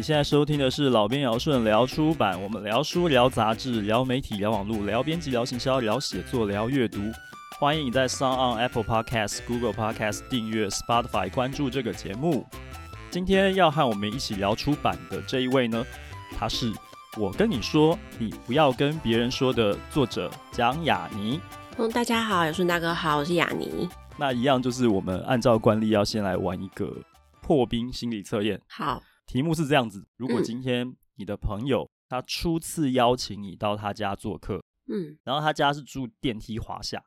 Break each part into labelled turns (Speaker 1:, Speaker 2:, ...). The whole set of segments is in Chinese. Speaker 1: 现在收听的是老编姚顺聊出版，我们聊书、聊杂志、聊媒体、聊网络、聊编辑、聊行销、聊写作、聊阅读。欢迎你在 s o n on Apple Podcast、Google Podcast 订阅、Spotify 关注这个节目。今天要和我们一起聊出版的这一位呢，他是我跟你说，你不要跟别人说的作者蒋雅妮。
Speaker 2: 嗯，大家好，有顺大哥好，我是雅尼。
Speaker 1: 那一样就是我们按照惯例要先来玩一个破冰心理测验。
Speaker 2: 好，
Speaker 1: 题目是这样子：如果今天你的朋友他初次邀请你到他家做客，
Speaker 2: 嗯
Speaker 1: 然后他家是住电梯华夏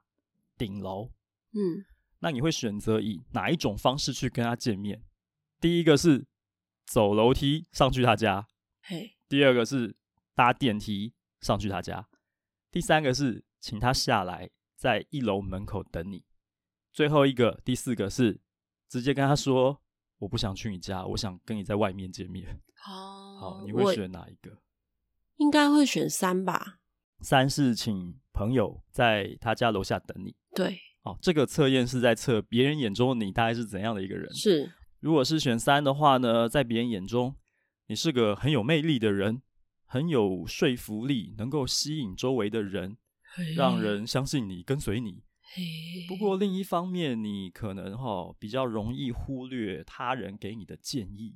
Speaker 1: 顶楼，
Speaker 2: 嗯，
Speaker 1: 那你会选择以哪一种方式去跟他见面？第一个是走楼梯上去他家，
Speaker 2: 嘿，
Speaker 1: 第二个是搭电梯上去他家，第三个是请他下来，在一楼门口等你。最后一个，第四个是直接跟他说：“我不想去你家，我想跟你在外面见面。”
Speaker 2: 哦
Speaker 1: 好，你会选哪一个？
Speaker 2: 应该会选三吧？
Speaker 1: 三是请朋友在他家楼下等你。
Speaker 2: 对，
Speaker 1: 哦，这个测验是在测别人眼中的你大概是怎样的一个人。
Speaker 2: 是
Speaker 1: 如果是选三的话呢，在别人眼中，你是个很有魅力的人，很有说服力，能够吸引周围的人，让
Speaker 2: 嗯
Speaker 1: 人相信你，跟随你。
Speaker 2: 嘿
Speaker 1: 不过另一方面，你可能哈、比较容易忽略他人给你的建议，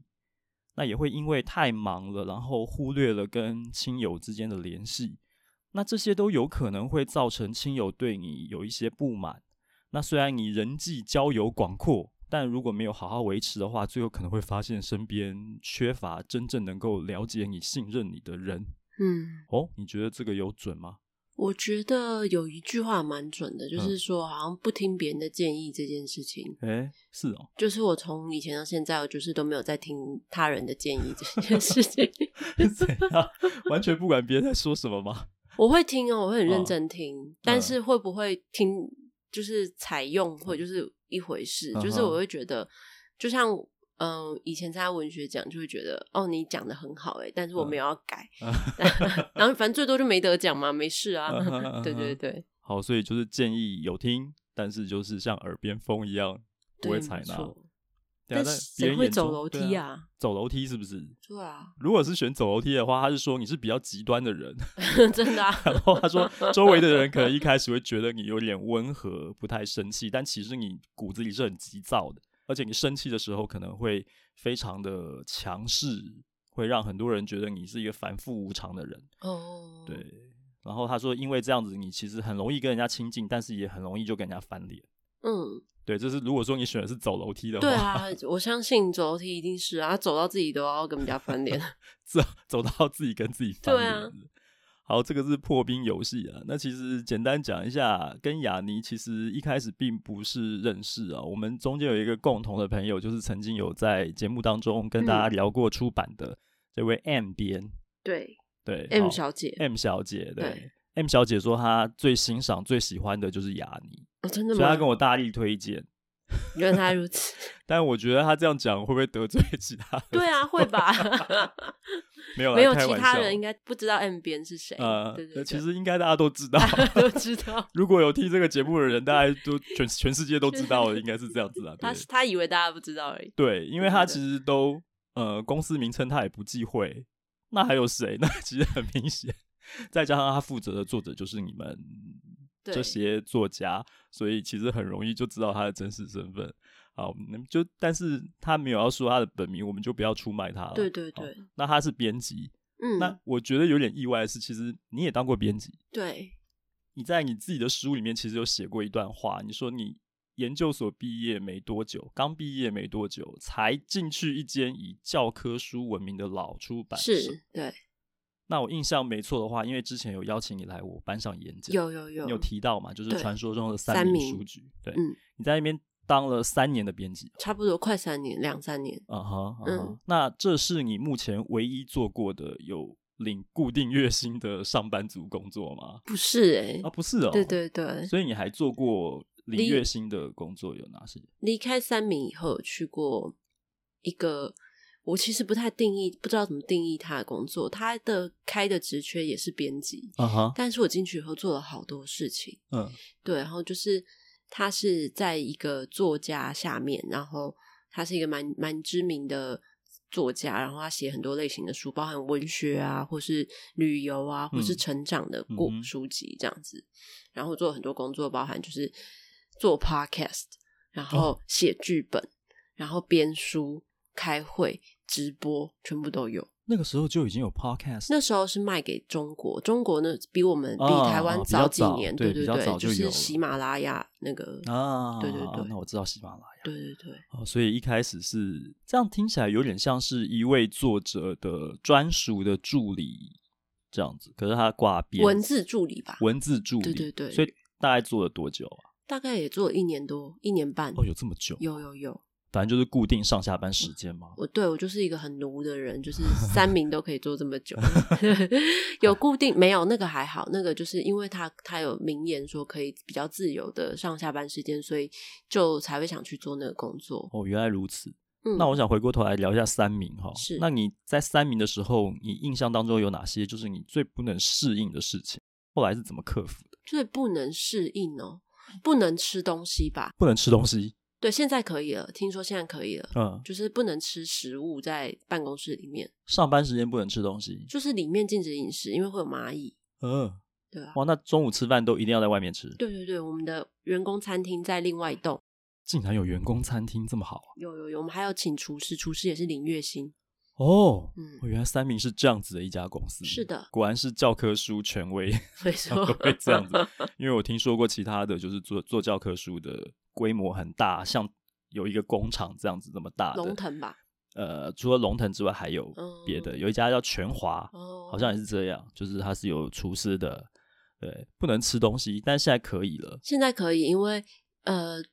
Speaker 1: 那也会因为太忙了，然后忽略了跟亲友之间的联系，那这些都有可能会造成亲友对你有一些不满。那虽然你人际交友广阔，但如果没有好好维持的话，最后可能会发现身边缺乏真正能够了解你、信任你的人。
Speaker 2: 嗯，
Speaker 1: 哦，你觉得这个有准吗？
Speaker 2: 我觉得有一句话蛮准的，就
Speaker 1: 嗯
Speaker 2: 是说好像不听别人的建议这件事情，
Speaker 1: 诶，是 哦，
Speaker 2: 就是我从以前到现在，我就是都没有在听他人的建议这件事情。
Speaker 1: 是怎样？完全不管别人在说什么吗？
Speaker 2: 我会听哦，我会很认
Speaker 1: 哦
Speaker 2: 真听，但是会不会听就是采用，或者就是一回事。
Speaker 1: 嗯嗯哼
Speaker 2: 就是我会觉得，就像嗯、呃以前参加文学奖就会觉得，哦，你讲的很好哎、但是我
Speaker 1: 嗯
Speaker 2: 没有要改， 然后反正最多就没得奖嘛，没事啊。
Speaker 1: 嗯 哼嗯哼
Speaker 2: 对对对，
Speaker 1: 好，所以就是建议有听，但是就是像耳边风一样不
Speaker 2: 对
Speaker 1: 会采
Speaker 2: 没
Speaker 1: 纳。
Speaker 2: 错
Speaker 1: 对啊
Speaker 2: 但
Speaker 1: 但
Speaker 2: 谁
Speaker 1: 别人
Speaker 2: 会
Speaker 1: 眼
Speaker 2: 走
Speaker 1: 中
Speaker 2: 楼
Speaker 1: 对
Speaker 2: 梯
Speaker 1: 啊
Speaker 2: 啊
Speaker 1: 走楼梯是不是？
Speaker 2: 对啊，
Speaker 1: 如果是选走楼梯的话，他是说你是比较极端的人，
Speaker 2: 真的啊，
Speaker 1: 然后他说周围的人可能一开始会觉得你有点温和，不太生气，但其实你骨子里是很急躁的，而且你生气的时候可能会非常的强势，会让很多人觉得你是一个反复无常的人。
Speaker 2: 哦，
Speaker 1: 对，然后他说因为这样子，你其实很容易跟人家亲近，但是也很容易就跟人家翻脸。
Speaker 2: 嗯，
Speaker 1: 对，这是如果说你选的是走楼梯的话，
Speaker 2: 对啊，我相信走楼梯一定是啊，走到自己都要跟人家 翻脸。
Speaker 1: 走走到自己跟自己翻脸。
Speaker 2: 对啊
Speaker 1: 好，这个是破冰游戏啊。那其实简单讲一下，跟雅尼其实一开始并不是认识啊。我们中间有一个共同的朋友，就是曾经有在节目当中跟
Speaker 2: 嗯
Speaker 1: 大家聊过出版的这位 M 编，
Speaker 2: 对
Speaker 1: 对
Speaker 2: ，M
Speaker 1: 好
Speaker 2: 小姐，
Speaker 1: M 小姐，对
Speaker 2: 对
Speaker 1: M 小姐说她最欣赏、最喜欢的就是雅尼，
Speaker 2: 哦，真的
Speaker 1: 所以
Speaker 2: 吗
Speaker 1: 她？跟我大力推荐。
Speaker 2: 原来如此，
Speaker 1: 但我觉得她这样讲会不会得罪 其他人？
Speaker 2: 对 啊，会吧？
Speaker 1: 没有啦，
Speaker 2: 没有
Speaker 1: 开
Speaker 2: 其
Speaker 1: 玩
Speaker 2: 他
Speaker 1: 笑
Speaker 2: 人应该不知道 M 边是谁，
Speaker 1: 呃，
Speaker 2: 对对对，
Speaker 1: 其实应该大家都知道。
Speaker 2: 大家 都知道，
Speaker 1: 如果有听这个节目的人，大家都全全世界都知道了，应该是这样子 啊。对
Speaker 2: 他他以为大家不知道而已。
Speaker 1: 对，因为他其实都呃公司名称他也不忌讳，那还有谁？ 那其实很明显。再加上他负责的作者就是你们
Speaker 2: 对
Speaker 1: 这些作家，所以其实很容易就知道他的真实身份。好，那么就但是他没有要说他的本名，我们就不要出卖他了。
Speaker 2: 对对
Speaker 1: 啊好
Speaker 2: 对，
Speaker 1: 那他是编辑，那
Speaker 2: 嗯，
Speaker 1: 我觉得有点意外的是，其实你也当过编辑，
Speaker 2: 对，
Speaker 1: 你在你自己的书里面其实有写过一段话，你说你研究所毕业没多久，刚毕业没多久，才进去一间以教科书闻名的老出版社。
Speaker 2: 是，对，
Speaker 1: 那我印象没错的话，因为之前有邀请你来我班上演讲，
Speaker 2: 有有有
Speaker 1: 你有提到嘛，就是
Speaker 2: 对
Speaker 1: 传说中的
Speaker 2: 三
Speaker 1: 民
Speaker 2: 民
Speaker 1: 书局，对，
Speaker 2: 嗯
Speaker 1: 你在那边当了三年的编辑。
Speaker 2: 差不多快三年，两三年，
Speaker 1: 啊哈，
Speaker 2: 嗯
Speaker 1: 嗯哼，那这是你目前唯一做过的有领固定月薪的上班族工作吗？
Speaker 2: 不是哎
Speaker 1: 啊，，不是哦，
Speaker 2: 对对对，
Speaker 1: 所以你还做过领
Speaker 2: 离
Speaker 1: 月薪的工作有哪些？
Speaker 2: 离开三明以后，有去过一个我其实不太定义，不知道怎么定义他的工作，他的开的职缺也是编辑，
Speaker 1: 啊哈，
Speaker 2: 但是我进去以后做了好多事情。
Speaker 1: 嗯
Speaker 2: 对，然后就是他是在一个作家下面，然后他是一个蛮蛮知名的作家，然后他写很多类型的书，包含文学啊，或是旅游啊，或是成长的过
Speaker 1: 嗯嗯哼
Speaker 2: 书籍这样子。然后做很多工作，包含就是做 podcast，然
Speaker 1: 哦
Speaker 2: 后写剧本，然后编书、开会、直播，全部都有。
Speaker 1: 那个时候就已经有 podcast，
Speaker 2: 那时候是卖给中国，中国呢比我们比
Speaker 1: 啊
Speaker 2: 台湾
Speaker 1: 啊比
Speaker 2: 早
Speaker 1: 较
Speaker 2: 几
Speaker 1: 早
Speaker 2: 年，
Speaker 1: 对
Speaker 2: 对
Speaker 1: 比较
Speaker 2: 对，
Speaker 1: 早就有
Speaker 2: 是
Speaker 1: 了
Speaker 2: 喜马拉雅那个，
Speaker 1: 啊，
Speaker 2: 对对对
Speaker 1: 那我知道喜马拉雅。
Speaker 2: 对对对，
Speaker 1: 哦，所以一开始是这样，听起来有点像是一位作者的专属的助理这样子，可是他挂编
Speaker 2: 文字助理吧，
Speaker 1: 文字助理，
Speaker 2: 对对对
Speaker 1: 所以大概做了多久啊？
Speaker 2: 大概也做了一年多，一年半，
Speaker 1: 哦，有这么久？
Speaker 2: 有有有，
Speaker 1: 反正就是固定上下班时间嘛。
Speaker 2: 我对我就是一个很奴的人，就是三名都可以做这么 久，有固定没有那个还好，那个就是因为他他有名言说可以比较自由的上下班时间，所以就才会想去做那个工作。
Speaker 1: 哦，原来如此。
Speaker 2: 嗯，
Speaker 1: 那我想回过头来聊一下三明哈。
Speaker 2: 是
Speaker 1: 那你在三明的时候，你印象当中有哪些就是你最不能适应的事情？后来是怎么克服的？
Speaker 2: 最不能适应哦，不能吃东西吧？
Speaker 1: 不能吃东西。
Speaker 2: 对，现在可以了，听说现在可以了，
Speaker 1: 嗯，
Speaker 2: 就是不能吃食物在办公室里面，
Speaker 1: 上班时间不能吃东西。
Speaker 2: 就是里面禁止饮食，因为会有蚂蚁，
Speaker 1: 嗯，
Speaker 2: 对吧、啊？
Speaker 1: 哇，那中午吃饭都一定要在外面吃？
Speaker 2: 对对对，我们的员工餐厅在另外一栋。
Speaker 1: 竟然有员工餐厅这么好啊！
Speaker 2: 有有有，我们还有请厨师，厨师也是林月星。
Speaker 1: 哦，
Speaker 2: 嗯，
Speaker 1: 原来三明是这样子的一家公司。
Speaker 2: 是的
Speaker 1: 果然是教科书权威。
Speaker 2: 所以说
Speaker 1: 会这样 子啊因为我听说过其他的就是做做教科书的规模很大，像有一个工厂这样子这么大的
Speaker 2: 龙腾吧，
Speaker 1: 呃，除了龙腾之外，还有别的，
Speaker 2: 嗯
Speaker 1: 有一家叫全华，
Speaker 2: 哦，
Speaker 1: 好像也是这样，就是它是有厨师的，对，不能吃东西，但现在可以了。
Speaker 2: 现在可以，因为呃，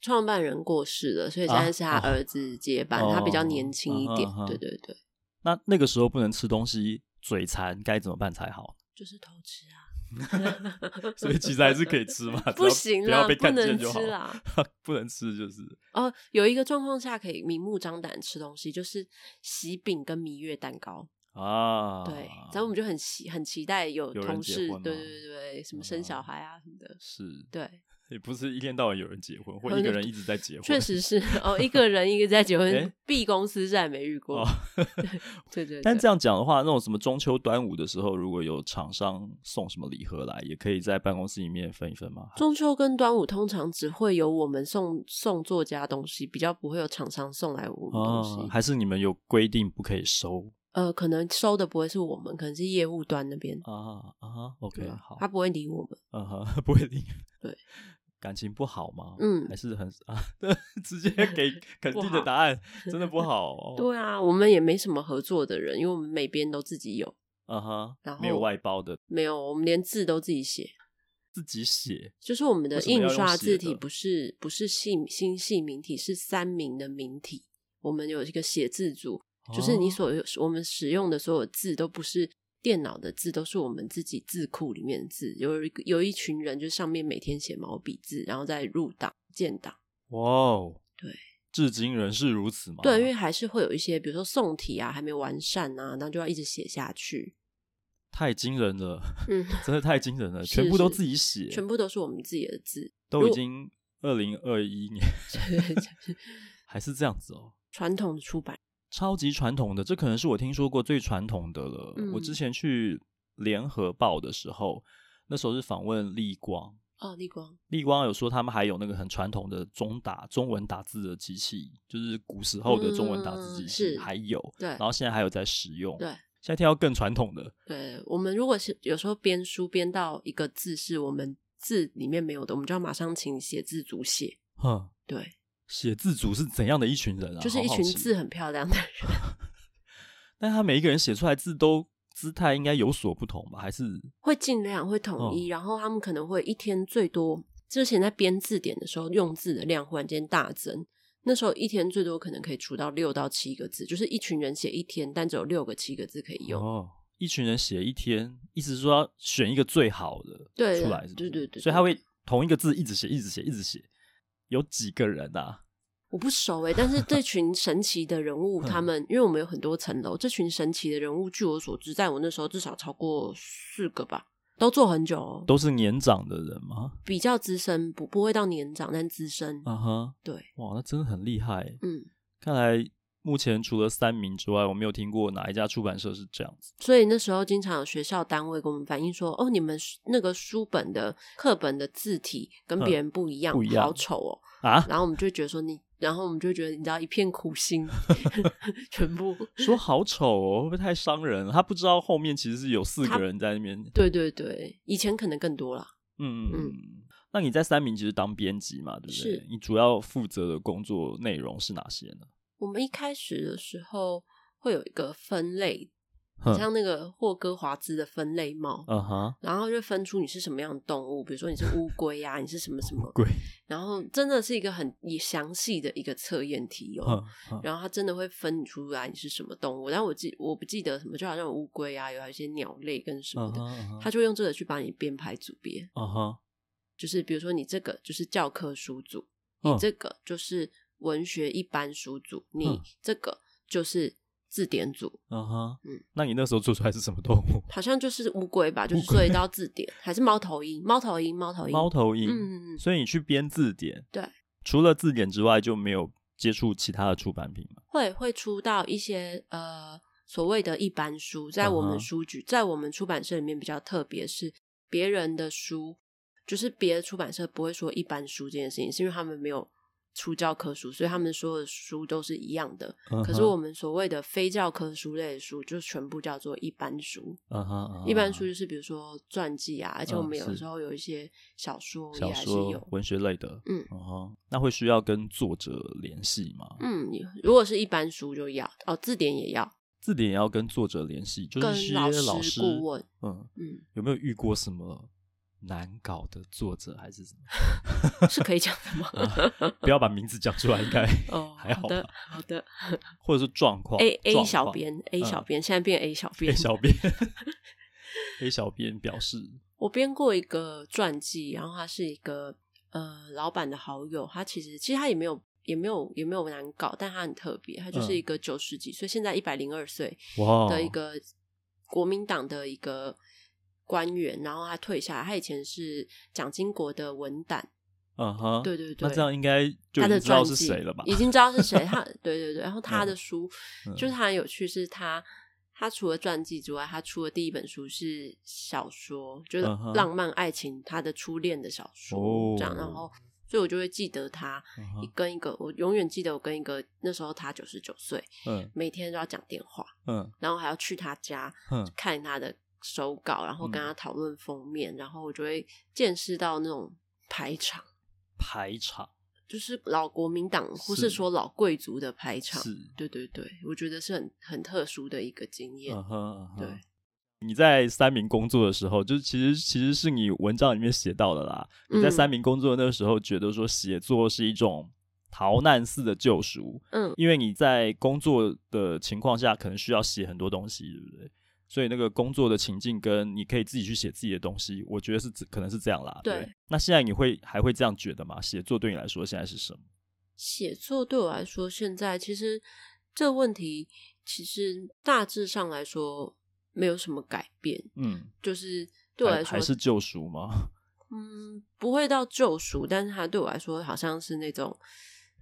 Speaker 2: 创办人过世了，所以现在是他
Speaker 1: 啊哦
Speaker 2: 儿子接班，
Speaker 1: 哦
Speaker 2: 他比较年轻一点。
Speaker 1: 嗯哼嗯哼
Speaker 2: 对对对，
Speaker 1: 那那个时候不能吃东西，嘴馋该怎么办才好？
Speaker 2: 就是偷吃啊，
Speaker 1: 所以其实还是可以吃 啊嘛，只要
Speaker 2: 不行
Speaker 1: 不要
Speaker 2: 啦，
Speaker 1: 被
Speaker 2: 不
Speaker 1: 看见
Speaker 2: 能
Speaker 1: 就好
Speaker 2: 吃。啦。
Speaker 1: 不能吃就是
Speaker 2: 哦，有一个状况下可以明目张胆吃东西，就是喜饼跟蜜月蛋糕。
Speaker 1: 啊，
Speaker 2: 对，然后我们就很期很期待有
Speaker 1: 有人
Speaker 2: 同
Speaker 1: 结
Speaker 2: 事，
Speaker 1: 婚吗嗯
Speaker 2: 对对对对，什么生小孩啊什么的，
Speaker 1: 是
Speaker 2: 对。
Speaker 1: 也不是一天到晚有人结婚，或
Speaker 2: 嗯
Speaker 1: 一个人一直在结婚，
Speaker 2: 确 实是哦，一个人一个在结婚、
Speaker 1: 诶
Speaker 2: b 公司再也没遇过。
Speaker 1: 哦
Speaker 2: 对对对，
Speaker 1: 但这样讲的话，那种什么中秋、端午的时候，如果有厂商送什么礼盒来，也可以在办公室里面分一分吗？
Speaker 2: 中秋跟端午通常只会有我们送送作家东西，比较不会有厂商送来我们东西。
Speaker 1: 哦，还是你们有规定不可以收
Speaker 2: 呃，可能收的不会是我们，可能是业务端那边。
Speaker 1: 啊啊？OK，
Speaker 2: 对吧
Speaker 1: 好，
Speaker 2: 他不会理我们。
Speaker 1: 嗯哼， 不会定。
Speaker 2: 对，
Speaker 1: 感情不好吗？
Speaker 2: 嗯
Speaker 1: 还是很啊， 直接 给肯定
Speaker 2: 不
Speaker 1: 的
Speaker 2: 好
Speaker 1: 答案，真的不好。哦，
Speaker 2: 对啊，我们也没什么合作的人，因为我们每边都自己有，
Speaker 1: 嗯哼
Speaker 2: 然，后
Speaker 1: 没有外包的，
Speaker 2: 没有我们连字都自己写。
Speaker 1: 自己写
Speaker 2: 就是我们的
Speaker 1: 为什么要
Speaker 2: 印
Speaker 1: 用
Speaker 2: 刷
Speaker 1: 写
Speaker 2: 字
Speaker 1: 的
Speaker 2: 体不是不是细新细明体，是三明的明体。我们有一个写字组，就是
Speaker 1: 哦
Speaker 2: 你所有我们使用的所有字都不是电脑的字，都是我们自己字库里面的字。有一个有一群人，就上面每天写毛笔字，然后再入档建档。
Speaker 1: 哇哦，
Speaker 2: 对，
Speaker 1: 至今仍是如此吗？
Speaker 2: 对，因为还是会有一些，比如说宋体啊，还没完善啊，那就要一直写下去。
Speaker 1: 太惊人了，
Speaker 2: 嗯，
Speaker 1: 真的太惊人了，
Speaker 2: 是
Speaker 1: 全部都
Speaker 2: 是
Speaker 1: 自己写，
Speaker 2: 全部都是我们自己的字。
Speaker 1: 都已经二零二一年，
Speaker 2: 就是
Speaker 1: 还是这样子哦，
Speaker 2: 传统的出版，
Speaker 1: 超级传统的，这可能是我听说过最传统的了。
Speaker 2: 嗯
Speaker 1: 我之前去联合报的时候，那时候是访问立光，
Speaker 2: 哦，立光，
Speaker 1: 立光有说他们还有那个很传统的中打中文打字的机器，就是古时候的中文打字机
Speaker 2: 嗯
Speaker 1: 器、
Speaker 2: 是
Speaker 1: 还有，
Speaker 2: 对
Speaker 1: 然后现在还有在使用。
Speaker 2: 对
Speaker 1: 现在听到更传统的，
Speaker 2: 对，我们如果是有时候编书编到一个字是我们字里面没有的，我们就要马上请写字组写。
Speaker 1: 哼，
Speaker 2: 对，
Speaker 1: 写字组是怎样的一群人啊？
Speaker 2: 就是一
Speaker 1: 好好
Speaker 2: 群
Speaker 1: 奇
Speaker 2: 字，很漂亮的人。
Speaker 1: 但他每一个人写出来字都姿态应该有所不同吧？还是
Speaker 2: 会尽量会
Speaker 1: 嗯
Speaker 2: 统一，然后他们可能会一天最多，之前在编字典的时候用字的量忽然间大增，那时候一天最多可能可以出到六到七个字，就是一群人写一天，但只有六个七个字可以用。
Speaker 1: 哦，一群人写一天，意思是说要选一个最好的
Speaker 2: 对
Speaker 1: 出来是不
Speaker 2: 对
Speaker 1: 是，
Speaker 2: 对对
Speaker 1: 所以
Speaker 2: 对
Speaker 1: 他会同一个字一直写，一直写，一直写。有几个人啊？
Speaker 2: 我不熟欸诶、但是这群神奇的人物，
Speaker 1: 嗯
Speaker 2: 他们因为我们有很多层楼，这群神奇的人物，据我所知，在我那时候至少超过四个吧，都做很久、哦，
Speaker 1: 都是年长的人吗？
Speaker 2: 比较资深，不不会到年长，但资深。
Speaker 1: 啊哈，
Speaker 2: 对，
Speaker 1: 哇，那真的很厉害耶。欸
Speaker 2: 嗯，
Speaker 1: 看来目前除了三明之外，我没有听过哪一家出版社是这样子。
Speaker 2: 所以那时候经常有学校单位跟我们反映说，哦，你们那个书本的课本的字体跟别人不一样，
Speaker 1: 嗯不一样
Speaker 2: 好丑 哦。
Speaker 1: 啊，
Speaker 2: 然后我们就会觉得说你，然后我们就会觉得你知道一片苦心， 全部。
Speaker 1: 说好丑哦，会不会太伤人了？他不知道后面其实是有四
Speaker 2: 他
Speaker 1: 个人在那边。
Speaker 2: 对对对，以前可能更多啦。
Speaker 1: 嗯
Speaker 2: 嗯
Speaker 1: 嗯。那你在三明其实当编辑嘛，对不对
Speaker 2: 是？
Speaker 1: 你主要负责的工作内容是哪些呢？
Speaker 2: 我们一开始的时候会有一个分类，
Speaker 1: 哼
Speaker 2: 像那个霍哥华兹的分类帽，
Speaker 1: 嗯 哼，
Speaker 2: 然后就分出你是什么样的动物，比如说你是乌龟啊呀、你是什么什么，
Speaker 1: 贵，
Speaker 2: 然后真的是一个很详细的一个测验题哦。
Speaker 1: 哼哼
Speaker 2: 然后它真的会分你出来你是什么动物，但我记我不记得什么，就好像有乌龟啊，有一些鸟类跟什么
Speaker 1: 嗯
Speaker 2: 的，
Speaker 1: 哼嗯哼
Speaker 2: 他就用这个去把你编排组别。
Speaker 1: 嗯哼，
Speaker 2: 就是比如说你这个就是教科书组，
Speaker 1: 嗯
Speaker 2: 你这个就是文学一般书组，你
Speaker 1: 嗯
Speaker 2: 这个就是字典组，
Speaker 1: 嗯哼，
Speaker 2: 嗯
Speaker 1: 那你那时候做出来是什么动 物？
Speaker 2: 好像就是乌龟吧，就是
Speaker 1: 乌龟
Speaker 2: 做一道字典，还是猫头鹰？猫头鹰，猫头鹰，
Speaker 1: 猫头鹰。
Speaker 2: 嗯嗯嗯
Speaker 1: 所以你去编字典，
Speaker 2: 对，
Speaker 1: 除了字典之外就没有接触其他的出版品嘛？
Speaker 2: 会会出到一些呃所谓的一般书，在我
Speaker 1: 嗯
Speaker 2: 们
Speaker 1: 哼
Speaker 2: 书局，在我们出版社里面比较特别是别人的书，就是别的出版社不会说一般书这件事情，是因为他们没有出教科书，所以他们所有的书都是一样的。
Speaker 1: 嗯哼
Speaker 2: 可是我，们所谓的非教科书类的书，就全部叫做一般书。
Speaker 1: 嗯哼嗯哼
Speaker 2: 一般书就是比如说传记啊，而且我们有
Speaker 1: 是
Speaker 2: 时候有一些小说也
Speaker 1: 小
Speaker 2: 还是
Speaker 1: 说
Speaker 2: 有。、
Speaker 1: 文学类的，
Speaker 2: 嗯
Speaker 1: 嗯哼，那会需要跟作者联系吗？
Speaker 2: 嗯，如果是一般书就要哦，字典也要，
Speaker 1: 字典也要跟作者联系，就是
Speaker 2: 跟
Speaker 1: 些
Speaker 2: 老师
Speaker 1: 老师
Speaker 2: 顾问
Speaker 1: 嗯，
Speaker 2: 嗯，
Speaker 1: 有没有遇过什么难搞的作者还是什么？ 嗯
Speaker 2: 是可以讲的吗？
Speaker 1: 不要把名字讲出来，应该
Speaker 2: 哦，
Speaker 1: 还好
Speaker 2: 好的
Speaker 1: 吧，
Speaker 2: 好的。
Speaker 1: 或者是状况
Speaker 2: A A
Speaker 1: 状
Speaker 2: 小
Speaker 1: 况
Speaker 2: 编，A
Speaker 1: 嗯
Speaker 2: 小编，现在变 A 小
Speaker 1: A
Speaker 2: 编。
Speaker 1: 小编 ，A 小编表示，
Speaker 2: 我编过一个传记，然后他是一个呃老板的好友，他其实其实他也没有也没有也没有难搞，但他很特别，他就是
Speaker 1: 嗯哦
Speaker 2: 一个九十几岁，现在一百零二岁
Speaker 1: 哇
Speaker 2: 的一个国民党的一个官员，然后他退下来，他以前是蒋经国的文胆，
Speaker 1: 嗯哼，
Speaker 2: 对对对，
Speaker 1: 那这样应该就
Speaker 2: 他
Speaker 1: 已
Speaker 2: 的
Speaker 1: 经知道
Speaker 2: 传
Speaker 1: 是
Speaker 2: 记
Speaker 1: 谁了吧？
Speaker 2: 已经知道是谁。他对对对，然后他的书、
Speaker 1: 嗯
Speaker 2: 就是他很有趣，是他他除了传记之外，他出的第一本书是小说，就是
Speaker 1: 嗯哼
Speaker 2: 浪漫爱情，他的初恋的小说、
Speaker 1: 哦
Speaker 2: 这样。然后，所以我就会记得他
Speaker 1: 嗯
Speaker 2: 一
Speaker 1: 哼
Speaker 2: 跟一个，我永远记得我跟一个那时候他九十九岁，
Speaker 1: 嗯
Speaker 2: 每天都要讲电话，
Speaker 1: 嗯
Speaker 2: 然后还要去他家
Speaker 1: 嗯
Speaker 2: 看他的手稿，然后跟
Speaker 1: 嗯
Speaker 2: 他讨论封面，然后我就会见识到那种排场。
Speaker 1: 排场
Speaker 2: 就是老国民党或
Speaker 1: 是
Speaker 2: 是说老贵族的排场，
Speaker 1: 是，
Speaker 2: 对对对，我觉得是很很特殊的一个经验。
Speaker 1: 嗯哼嗯哼，
Speaker 2: 对。
Speaker 1: 你在三明工作的时候，就是其实其实是你文章里面写到的啦。你在
Speaker 2: 嗯
Speaker 1: 三明工作的那个时候，觉得说写作是一种逃难似的救赎，
Speaker 2: 嗯，
Speaker 1: 因为你在工作的情况下，可能需要写很多东西，对不对？所以那个工作的情境跟你可以自己去写自己的东西，我觉得是这可能是这样啦。对不对，
Speaker 2: 对
Speaker 1: 那现在你会还会这样觉得吗？写作对你来说现在是什么？
Speaker 2: 写作对我来说，现在其实这个问题其实大致上来说没有什么改变，
Speaker 1: 嗯，
Speaker 2: 就是对我
Speaker 1: 还
Speaker 2: 来说
Speaker 1: 还，是救赎吗？
Speaker 2: 嗯，不会到救赎，但是它对我来说好像是那种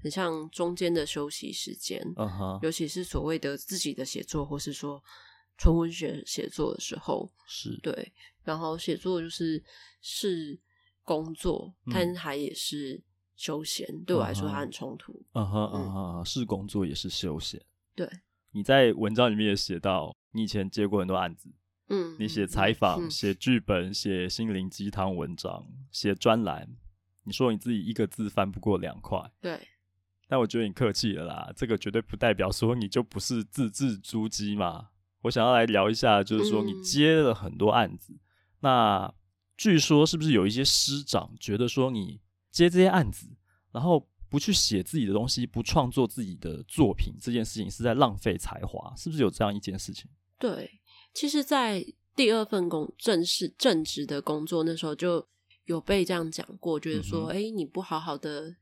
Speaker 2: 很像中间的休息时间，
Speaker 1: 嗯哼，
Speaker 2: 尤其是所谓的自己的写作，或是说纯文学写作的时候，
Speaker 1: 是，
Speaker 2: 对，然后写作就是是工作，
Speaker 1: 嗯
Speaker 2: 但它也是休闲。对我来说，
Speaker 1: 嗯哼
Speaker 2: 它很冲突。
Speaker 1: 嗯哼嗯哼，是工作也是休闲。
Speaker 2: 对，
Speaker 1: 你在文章里面也写到，你以前接过很多案子，
Speaker 2: 嗯，
Speaker 1: 你写
Speaker 2: 嗯
Speaker 1: 采访、
Speaker 2: 嗯
Speaker 1: 写剧本、写心灵鸡汤文章、写专栏，你说你自己一个字翻不过两块。
Speaker 2: 对，
Speaker 1: 但我觉得你客气了啦，这个绝对不代表说你就不是字字珠玑嘛。我想要来聊一下，就是说你
Speaker 2: 嗯
Speaker 1: 接了很多案子，那据说是不是有一些师长觉得说你接这些案子，然后不去写自己的东西，不创作自己的作品，这件事情是在浪费才华，是不是有这样一件事情？
Speaker 2: 对。其实，在第二份工正式正职的工作那时候，就有被这样讲过，觉得
Speaker 1: 嗯
Speaker 2: 说，
Speaker 1: 哼
Speaker 2: 哎、你不好好的